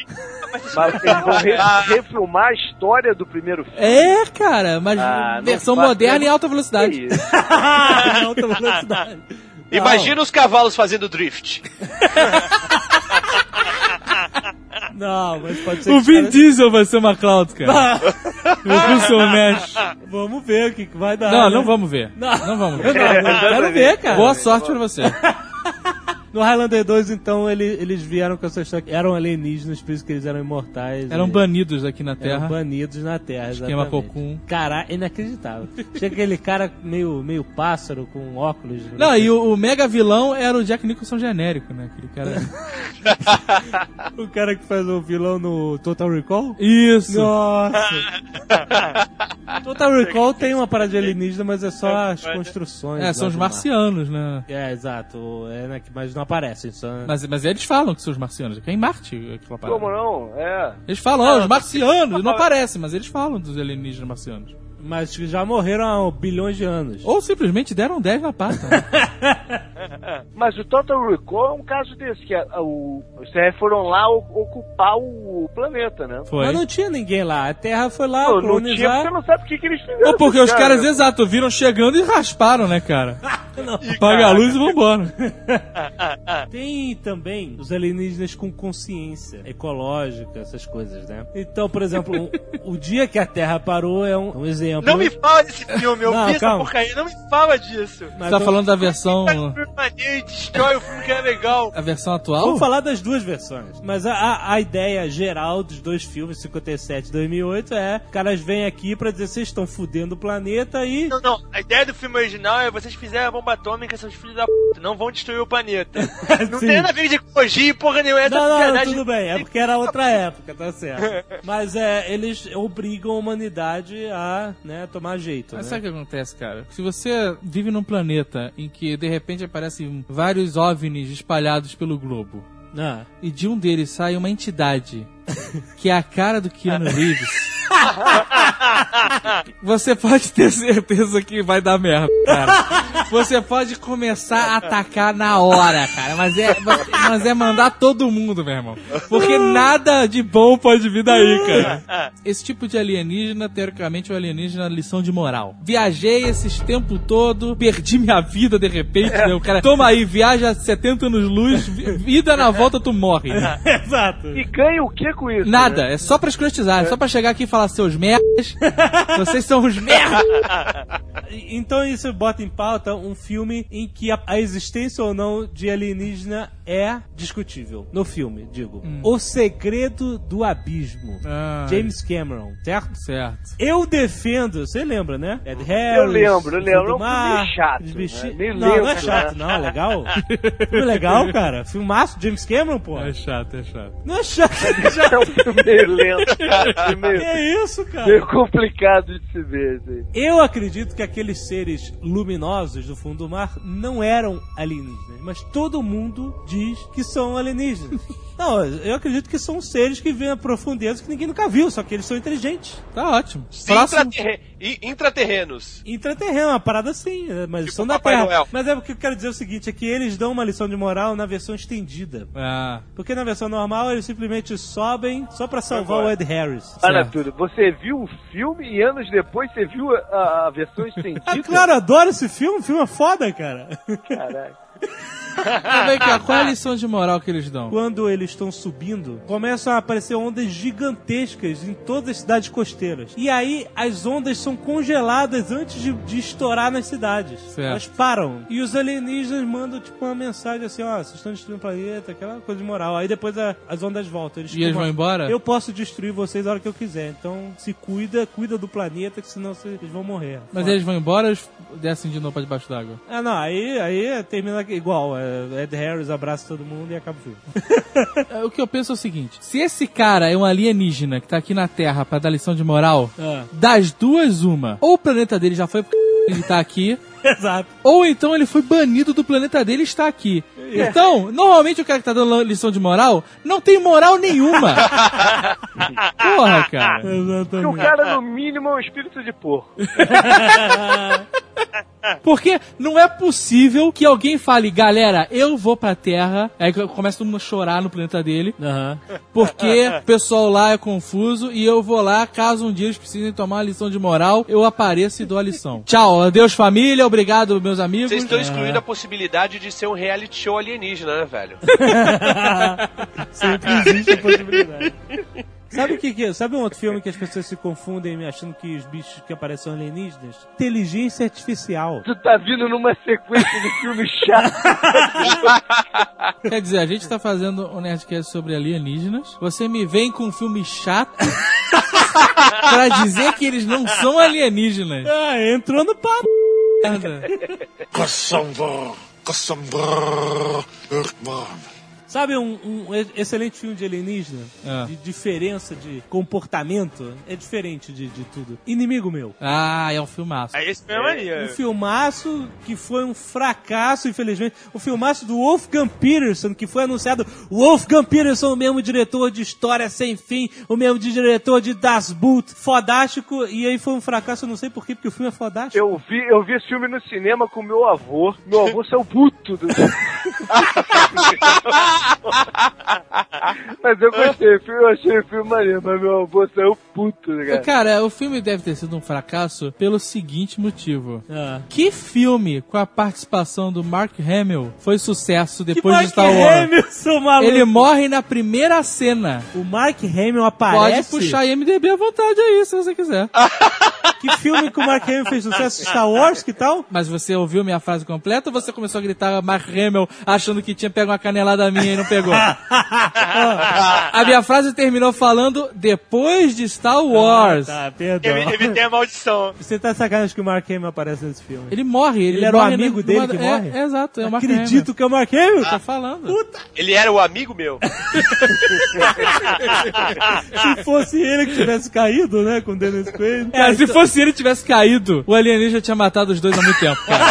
Speaker 3: Mas eles vão re- refilmar a história do primeiro filme.
Speaker 6: É, cara, mas
Speaker 3: Ah, não
Speaker 6: versão
Speaker 3: faço-
Speaker 6: moderna e alta velocidade.
Speaker 3: Que isso?
Speaker 2: Alta velocidade.
Speaker 5: Imagina os cavalos fazendo drift.
Speaker 2: Não, mas pode ser
Speaker 6: O
Speaker 2: que os
Speaker 6: Vin
Speaker 2: caras-
Speaker 6: Diesel vai ser uma Cloud, cara. o Russell Nash.
Speaker 2: Vamos ver o que que vai dar.
Speaker 6: Não,
Speaker 2: né?
Speaker 6: não vamos ver.
Speaker 2: Não.
Speaker 6: Não vamos ver.
Speaker 2: Eu não, eu quero ver, cara.
Speaker 6: Boa sorte pra você.
Speaker 2: No Highlander 2, então, ele- eles vieram com essa história. que Eram alienígenas, por isso que eles eram imortais.
Speaker 6: Eram
Speaker 2: e-
Speaker 6: banidos aqui na
Speaker 2: eram
Speaker 6: Terra.
Speaker 2: banidos na Terra.
Speaker 6: Esquema
Speaker 2: exatamente.
Speaker 6: Cocum.
Speaker 2: Caralho, é inacreditável. Chega aquele cara meio, meio pássaro com óculos.
Speaker 6: Não, e o, o mega vilão era o Jack Nicholson genérico, né? Aquele cara.
Speaker 2: o cara que faz o vilão no Total Recall?
Speaker 6: Isso!
Speaker 2: Nossa! Total Recall tem uma parada de alienígena, mas é só as construções.
Speaker 6: É,
Speaker 2: lá
Speaker 6: são os
Speaker 2: do
Speaker 6: marcianos, né?
Speaker 2: mar. É, exato. É, né, que- mas não aparecem. Só...
Speaker 6: Mas, mas eles falam que são os marcianos, que é em Marte aquela parada.
Speaker 3: Como não? É.
Speaker 6: Eles falam, ah, os marcianos, não aparece, mas eles falam dos alienígenas marcianos.
Speaker 2: Mas que já morreram há bilhões de anos.
Speaker 6: Ou simplesmente deram 10 na pata. né?
Speaker 3: Mas o Total Recall é um caso desse, que a- a- o, os CR foram lá o- ocupar o planeta, né?
Speaker 6: Foi.
Speaker 2: Mas não tinha ninguém lá. A Terra foi lá
Speaker 3: Pô, não tinha,
Speaker 2: colonizar.
Speaker 3: porque você não sabe o que, que eles fizeram.
Speaker 6: Ou porque
Speaker 3: com
Speaker 6: os caras,
Speaker 3: né?
Speaker 6: exato, viram chegando e rasparam, né, cara? Apaga a luz e vambora.
Speaker 2: Tem também os alienígenas com consciência ecológica, essas coisas, né? Então, por exemplo, o, o dia que a Terra parou é um, um exemplo.
Speaker 4: Não me fala desse filme, eu
Speaker 2: Não,
Speaker 4: vi essa
Speaker 2: calma.
Speaker 4: porcaria, não me fala disso.
Speaker 2: Mas
Speaker 6: Você tá
Speaker 2: eu-
Speaker 6: falando da versão.
Speaker 4: Pega o filme maneiro e destrói o filme que é legal.
Speaker 6: A versão atual?
Speaker 2: Vamos falar das duas versões. Mas a- a, a ideia geral dos dois filmes, 57 e 2008, é caras vêm aqui pra dizer vocês estão fudendo o planeta e...
Speaker 4: Não, não, a ideia do filme original é vocês fizeram a bomba atômica, seus filhos da p, não vão destruir o planeta. não
Speaker 2: Sim.
Speaker 4: tem nada a ver de ecologia e porra nenhuma, é da
Speaker 2: Não, não, não,
Speaker 4: sociedade.
Speaker 2: tudo bem. É porque era outra época, tá certo. Mas é, eles obrigam a humanidade a né, tomar jeito,
Speaker 6: Mas
Speaker 2: né?
Speaker 6: sabe o que acontece, cara? Se você vive num planeta em que de repente aparecem vários OVNIs espalhados pelo globo,
Speaker 2: Ah.
Speaker 6: e de um deles sai uma entidade que é a cara do Keanu Reeves. Você pode ter certeza que vai dar merda, cara. Você pode começar a atacar na hora, cara. Mas é, mas é mandar todo mundo, meu irmão. Porque nada de bom pode vir daí, cara. Esse tipo de alienígena, teoricamente, é o alienígena lição de moral. Viajei esses tempo todo, perdi minha vida de repente, né? O cara, toma aí, viaja 70 anos luz, vi- vida na volta tu morre.
Speaker 2: Exato.
Speaker 3: E ganha o que com isso?
Speaker 6: Nada,
Speaker 3: né?
Speaker 6: é só pra escrotizar, é só pra chegar aqui e falar seus merdas. Vocês são os merdas.
Speaker 2: E- Então isso bota em pauta um filme em que a, a existência ou não de alienígena é discutível. No filme, digo. O Segredo do Abismo.
Speaker 6: Hum. Ah.
Speaker 2: James Cameron, certo?
Speaker 6: Certo.
Speaker 2: Eu defendo, você lembra, né? Ed Harris.
Speaker 3: É, Eu lembro, eu
Speaker 2: tudo
Speaker 3: lembro. É um
Speaker 2: mais,
Speaker 3: filme chato,
Speaker 2: os bichinhos-
Speaker 3: né? Meio
Speaker 2: Não, não é
Speaker 3: lento,
Speaker 2: chato,
Speaker 3: né?
Speaker 2: não. Legal. Filme legal, cara. Filmaço, James Cameron, pô.
Speaker 6: chato, é chato.
Speaker 2: Não é chato.
Speaker 3: É um filme meio lento, cara,
Speaker 2: Que
Speaker 3: meio,
Speaker 2: é isso, cara?
Speaker 3: meio complicado de se ver, assim.
Speaker 2: Eu acredito que aqueles seres luminosos do fundo do mar não eram alienígenas, mas todo mundo diz que são alienígenas. Não, eu acredito que são seres que vêm a profundezas que ninguém nunca viu, só que eles são inteligentes.
Speaker 6: Tá ótimo. Próximo.
Speaker 5: Intraterre... e- Intraterrenos.
Speaker 2: Intraterreno, uma parada assim, né, mas
Speaker 5: Tipo
Speaker 2: são da
Speaker 5: Papai
Speaker 2: Terra.
Speaker 5: Noel.
Speaker 2: Mas é porque eu quero dizer o seguinte, é que eles dão uma lição de moral na versão estendida.
Speaker 6: Ah,
Speaker 2: Porque na versão normal eles simplesmente sobem só pra salvar o Ed Harris.
Speaker 3: Para
Speaker 6: Certo.
Speaker 3: tudo, você viu o filme e anos depois você viu a, a versão estendida?
Speaker 2: Ah, claro, eu adoro esse filme, o filme é foda, cara.
Speaker 3: Caraca.
Speaker 6: mas vem cá, qual é a lição de moral que eles dão?
Speaker 2: quando eles estão subindo, começam a aparecer ondas gigantescas em todas as cidades costeiras. E aí as ondas são congeladas antes de, de estourar nas cidades.
Speaker 6: Certo.
Speaker 2: Elas param. E os alienígenas mandam tipo uma mensagem assim: ó, vocês estão destruindo o planeta, aquela coisa de moral. Aí depois a- as ondas voltam.
Speaker 6: E eles
Speaker 2: ficam-
Speaker 6: vão embora?
Speaker 2: Eu posso destruir vocês a hora que eu quiser. Então se cuida, cuida do planeta, que senão vocês vão morrer.
Speaker 6: Mas
Speaker 2: Foda.
Speaker 6: eles vão embora ou eles descem de novo pra debaixo d'água?
Speaker 2: Ah, não, aí, aí termina igual. é, Ed Harris abraça todo mundo e acaba o filme.
Speaker 6: É, O que eu penso é o seguinte: se esse cara é um alienígena que tá aqui na Terra pra dar lição de moral,
Speaker 2: Ah.
Speaker 6: das duas, uma. Ou o planeta dele já foi porque ele tá aqui.
Speaker 2: Exato.
Speaker 6: Ou então ele foi banido do planeta dele e está aqui. Então, normalmente o cara que tá dando lição de moral não tem moral nenhuma. Porra, cara.
Speaker 3: Porque o cara, no mínimo, é um espírito de porco.
Speaker 6: Porque não é possível que alguém fale, galera, eu vou pra Terra. Aí começa todo mundo a chorar no planeta dele. Porque o pessoal lá é confuso e eu vou lá, caso um dia eles precisem tomar uma lição de moral, eu apareço e dou a lição. Tchau, adeus família, obrigado meus amigos.
Speaker 5: Vocês estão excluindo a possibilidade de ser um reality show alienígena, né, velho?
Speaker 2: Sempre existe a possibilidade. Ah. Sabe o que, que é? Sabe um outro filme que as pessoas se confundem achando que os bichos que aparecem são alienígenas? Inteligência Artificial.
Speaker 3: Tu tá vindo numa sequência de filme chato.
Speaker 6: Quer dizer, a gente tá fazendo um Nerdcast sobre alienígenas. Você me vem com um filme chato pra dizer que eles não são alienígenas.
Speaker 2: Ah, entrou no papo.
Speaker 6: Merda.
Speaker 2: Sabe um, um e- excelente filme de alienígena?
Speaker 6: Ah.
Speaker 2: De diferença de comportamento? É diferente de, de tudo. Inimigo Meu.
Speaker 6: Ah, é um filmaço.
Speaker 4: Aí esse mesmo ali.
Speaker 2: Um
Speaker 4: ó.
Speaker 2: filmaço que foi um fracasso, infelizmente. O filmaço do Wolfgang Peterson, que foi anunciado. Wolfgang Peterson, o mesmo diretor de História Sem Fim, o mesmo de diretor de Das Boot. Fodástico. E aí foi um fracasso, eu não sei porquê, porque o filme é fodástico.
Speaker 3: Eu vi, eu vi esse filme no cinema com meu avô. Meu avô saiu puto. Do... mas eu gostei, do filme, eu achei o filme maneiro, mas meu avô saiu puto, cara.
Speaker 6: Cara, o filme deve ter sido um fracasso pelo seguinte motivo.
Speaker 2: Ah.
Speaker 6: Que filme com a participação do Mark Hamill foi sucesso
Speaker 2: Que
Speaker 6: depois de
Speaker 2: Mark
Speaker 6: Star Wars?
Speaker 2: Hamill, seu maluco.
Speaker 6: Ele morre na primeira cena.
Speaker 2: O Mark Hamill
Speaker 6: Pode
Speaker 2: aparece.
Speaker 6: puxar IMDB à vontade aí, se você quiser.
Speaker 2: Que filme que o Mark Hamill fez sucesso? Star Wars, que tal?
Speaker 6: Mas você ouviu minha frase completa ou você começou a gritar Mark Hamill achando que tinha pego uma canelada minha e não pegou? Ah, a minha frase terminou falando depois de Star Wars.
Speaker 2: Ah, tá, perdão.
Speaker 4: Ele, ele tem a maldição.
Speaker 2: Você tá de sacanagem que o Mark Hamill aparece nesse filme.
Speaker 6: Ele morre. Ele,
Speaker 2: Ele era o
Speaker 6: morre
Speaker 2: amigo
Speaker 6: no-
Speaker 2: dele
Speaker 6: numa-
Speaker 2: que
Speaker 6: é,
Speaker 2: morre?
Speaker 6: É, exato, é o Mark
Speaker 2: Acredito que é o Mark Hamill?
Speaker 6: Hamill. Tá falando.
Speaker 5: Ele era o amigo meu.
Speaker 2: Se fosse ele que tivesse caído, né, com o Dennis Quaid.
Speaker 6: Cara, É, se fosse ele tivesse caído, o alienígena tinha matado os dois há muito tempo, cara.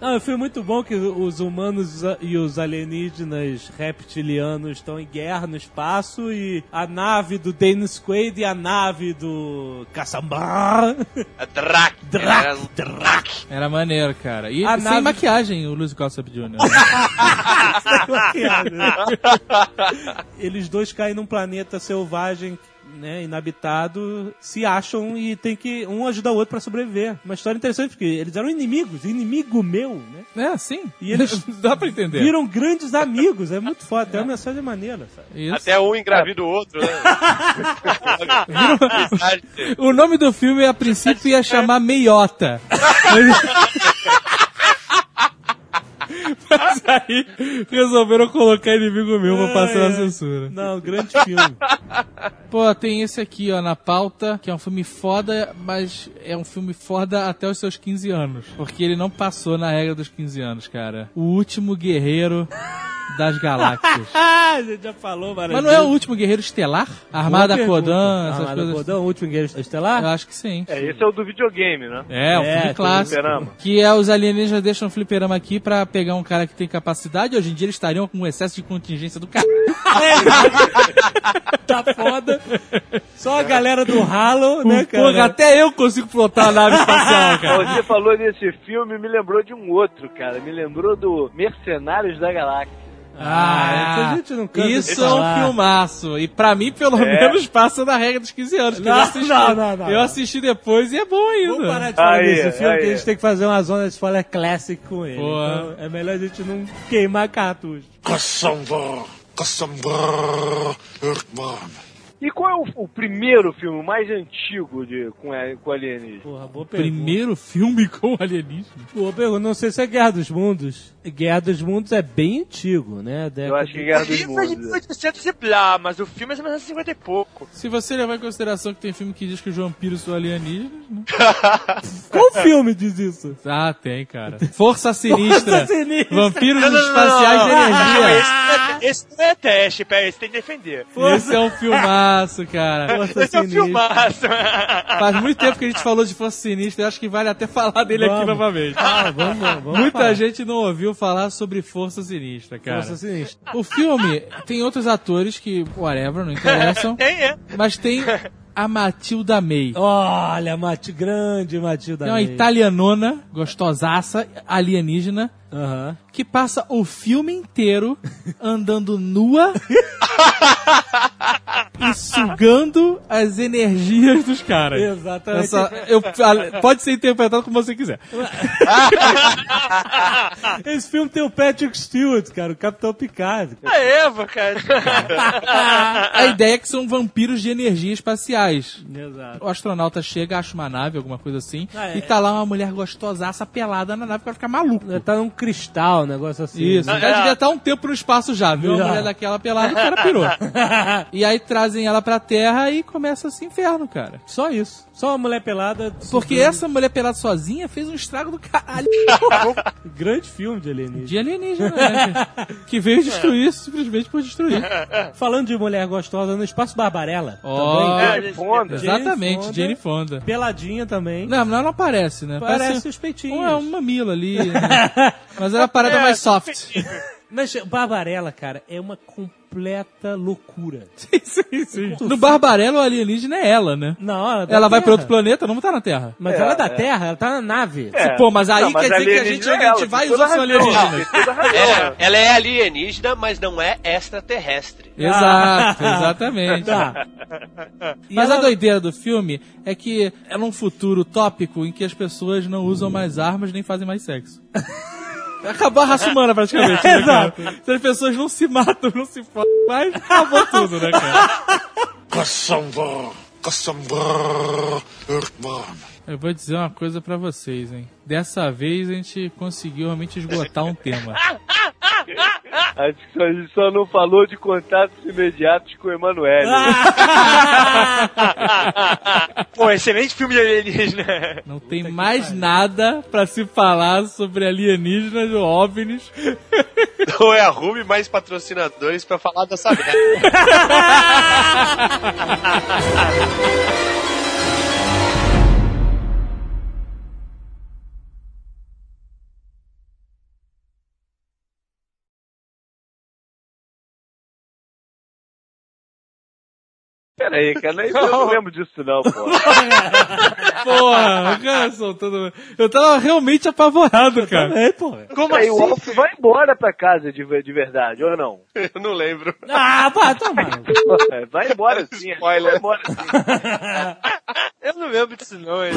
Speaker 2: Não, foi muito bom que os humanos e os alienígenas reptilianos estão em guerra no espaço e a nave do Dennis Quaid e a nave do Caçambar.
Speaker 5: É Drac. Era- um
Speaker 2: Drac, Drac.
Speaker 6: Era maneiro, cara. E
Speaker 2: A
Speaker 6: sem
Speaker 2: nave-
Speaker 6: maquiagem, o Luiz Gossip Jr.
Speaker 2: Eles dois caem num planeta selvagem, né, inabitado, se acham e tem que um ajudar o outro pra sobreviver. Uma história interessante porque eles eram inimigos, inimigo meu, né?
Speaker 6: É, sim.
Speaker 2: E eles-
Speaker 6: Dá pra entender.
Speaker 2: Viram grandes amigos, é muito foda, é uma mensagem maneira, sabe?
Speaker 6: Isso.
Speaker 5: Até um engravida o outro, né? Amizade.
Speaker 6: O nome do filme, a princípio, ia chamar Meiota. Mas aí resolveram colocar inimigo meu pra passar na censura.
Speaker 2: Não, grande filme.
Speaker 6: Pô, tem esse aqui, ó, na pauta, que é um filme foda, mas é um filme foda até os seus 15 anos. Porque ele não passou na regra dos 15 anos, cara. O último guerreiro das galáxias.
Speaker 2: ah, a gente já falou,
Speaker 6: Mas não é o último guerreiro estelar? Armada Kodan, essas coisas.
Speaker 2: Kodan, o último guerreiro estelar?
Speaker 6: Eu acho que sim.
Speaker 3: É, esse é o do videogame, né?
Speaker 6: É, um
Speaker 2: É,
Speaker 6: filme
Speaker 2: tem
Speaker 6: clássico.
Speaker 3: fliperama.
Speaker 6: Que é os alienígenas deixam o fliperama aqui pra pegar um cara que tem capacidade. Hoje em dia eles estariam com um excesso de contingência do cara.
Speaker 2: Tá foda. Só a galera do ralo, né, cara?
Speaker 6: Porra, até eu consigo flotar a nave espacial, cara.
Speaker 3: Então, Você falou desse filme, me lembrou de um outro, cara. Me lembrou do Mercenários da Galáxia.
Speaker 2: Ah, essa gente não cansa de
Speaker 6: Isso é um
Speaker 2: falar.
Speaker 6: filmaço. E pra mim, pelo
Speaker 4: É.
Speaker 6: menos, passa da regra dos 15 anos. que
Speaker 2: Não,
Speaker 6: eu assisti.
Speaker 2: não, não, não.
Speaker 6: Eu assisti depois e é bom
Speaker 2: Vamos parar
Speaker 6: ainda.
Speaker 2: de falar
Speaker 3: Aí,
Speaker 2: desse filme,
Speaker 3: aí.
Speaker 2: que a gente tem que fazer uma zona de spoiler classic com ele.
Speaker 6: Pô.
Speaker 2: Então, é melhor a gente não queimar cartucho.
Speaker 3: E qual é o, o primeiro filme mais antigo de, com, a- com alienígena?
Speaker 2: Porra, boa pergunta.
Speaker 6: Primeiro filme com alienígena.
Speaker 2: Boa pergunta. Não sei se é Guerra dos Mundos. Guerra dos Mundos é bem antigo, né? Década
Speaker 3: Eu acho que
Speaker 2: de-
Speaker 3: Guerra
Speaker 4: O
Speaker 3: dos
Speaker 4: livro é de
Speaker 3: Mundos.
Speaker 4: 1800 e blá, mas o filme é de 1950 e pouco.
Speaker 6: Se você levar em consideração que tem filme que diz que os vampiros são alienígenas, né?
Speaker 2: Qual filme diz isso?
Speaker 6: Ah, tem, cara. Força Sinistra.
Speaker 2: Força Sinistra.
Speaker 6: Vampiros
Speaker 4: Não, não, não,
Speaker 6: espaciais
Speaker 4: não,
Speaker 6: de
Speaker 4: não.
Speaker 6: energia.
Speaker 4: Ah, Esse, esse não é teste, pera, você tem que defender.
Speaker 6: Esse é um filmaço, cara.
Speaker 2: Força
Speaker 4: Esse é um
Speaker 2: Sinistra.
Speaker 4: filmaço.
Speaker 5: né?
Speaker 6: Faz muito tempo que a gente falou de Força Sinistra. Eu acho que vale até falar dele aqui
Speaker 2: Vamos.
Speaker 6: novamente.
Speaker 2: Ah, vamos, vamos, vamos
Speaker 6: Muita
Speaker 2: falar.
Speaker 6: gente não ouviu falar sobre Força Sinistra, cara.
Speaker 2: Força Sinistra.
Speaker 6: O filme tem outros atores que, whatever, não interessam.
Speaker 4: Tem, é.
Speaker 6: mas tem a Matilda May.
Speaker 2: Olha, Mati, grande Matilda.
Speaker 6: É uma
Speaker 2: May.
Speaker 6: italianona, gostosaça, alienígena,
Speaker 2: Aham.
Speaker 6: que passa o filme inteiro andando nua e sugando as energias dos caras.
Speaker 2: Exatamente.
Speaker 6: Essa- eu- a- pode ser interpretado como você quiser.
Speaker 2: Esse filme tem o Patrick Stewart, cara, o Capitão Picard.
Speaker 4: A Eva, cara.
Speaker 6: A ideia é que são vampiros de energia espaciais.
Speaker 2: Exato.
Speaker 6: O astronauta chega, acha uma nave, alguma coisa assim,
Speaker 2: Ah, é.
Speaker 6: e tá lá uma mulher gostosaça pelada na nave, o cara fica maluco.
Speaker 2: Tá num cristal, um negócio assim.
Speaker 6: Isso,
Speaker 2: né?
Speaker 6: já devia estar um tempo no espaço já, viu?
Speaker 2: Já.
Speaker 6: A mulher daquela pelada, o cara pirou. e aí trazem ela pra terra e começa esse inferno, cara.
Speaker 2: Só isso. Só uma mulher pelada.
Speaker 6: Porque essa é mulher pelada sozinha fez um estrago do caralho.
Speaker 2: Grande filme de alienígena.
Speaker 6: De alienígena, né? cara? Que veio destruir simplesmente por destruir.
Speaker 2: Falando de mulher gostosa no espaço Barbarella.
Speaker 6: Ó.
Speaker 2: Também.
Speaker 4: É,
Speaker 3: Fonda.
Speaker 6: Exatamente,
Speaker 2: Fonda.
Speaker 6: Jane Fonda.
Speaker 2: Peladinha também.
Speaker 6: Não, mas ela não aparece, né?
Speaker 2: Parece,
Speaker 6: um-
Speaker 2: os peitinhos.
Speaker 6: um, é um mamilo ali, né? Mas era uma parada
Speaker 2: É,
Speaker 6: mais soft.
Speaker 2: Mas Barbarella, cara, é uma completa loucura.
Speaker 6: sim, sim. No Barbarella, o alienígena é ela, né?
Speaker 2: Na hora da
Speaker 6: Ela vai
Speaker 2: Terra.
Speaker 6: pra outro planeta, não tá na Terra.
Speaker 2: Mas ela é da Terra, ela tá na nave.
Speaker 3: É.
Speaker 6: Pô, mas aí
Speaker 3: Não, mas
Speaker 6: quer dizer que a gente
Speaker 3: alienígena é ela,
Speaker 6: identifica e
Speaker 3: tem
Speaker 6: os
Speaker 3: toda
Speaker 6: outros são
Speaker 3: razão.
Speaker 6: alienígenas.
Speaker 3: Tem toda razão,
Speaker 5: É,
Speaker 3: né?
Speaker 5: ela é alienígena, mas não é extraterrestre.
Speaker 6: Exato, exatamente.
Speaker 2: Tá. E
Speaker 6: Mas
Speaker 2: ela-
Speaker 6: a doideira do filme é que é um futuro tópico em que as pessoas não usam mais armas nem fazem mais sexo. Acabou a raça humana, praticamente. Né, cara? Se as pessoas não se matam, não se fodem mais, acabou tudo, né, cara?
Speaker 1: Caçamba, caçamba, Earthworm.
Speaker 6: Eu vou dizer uma coisa pra vocês, hein. Dessa vez a gente conseguiu realmente esgotar um tema.
Speaker 3: A gente só não falou de contatos imediatos com o Emanuel.
Speaker 4: Pô, excelente filme de alienígena.
Speaker 6: Não tem mais nada pra se falar sobre alienígenas ou OVNIs.
Speaker 5: Não é a Ruby, mais patrocinadores pra falar dessa merda.
Speaker 3: Pera aí, cara, eu não lembro disso não, pô.
Speaker 6: Porra, o cara soltando... Eu tava realmente apavorado, cara.
Speaker 2: É, pô.
Speaker 4: Como
Speaker 3: Aí o
Speaker 4: assim?
Speaker 3: Alf vai embora pra casa de, ve- de verdade, ou não?
Speaker 5: Eu não lembro.
Speaker 2: Ah, pá, toma.
Speaker 3: É, Vai embora sim.
Speaker 5: Spoiler.
Speaker 3: Vai embora sim.
Speaker 4: Eu não lembro disso, não, hein?